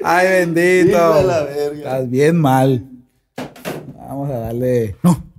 [SPEAKER 3] Ay, bendito.
[SPEAKER 2] Hijo de la verga.
[SPEAKER 3] Estás bien mal. Vamos a darle. No.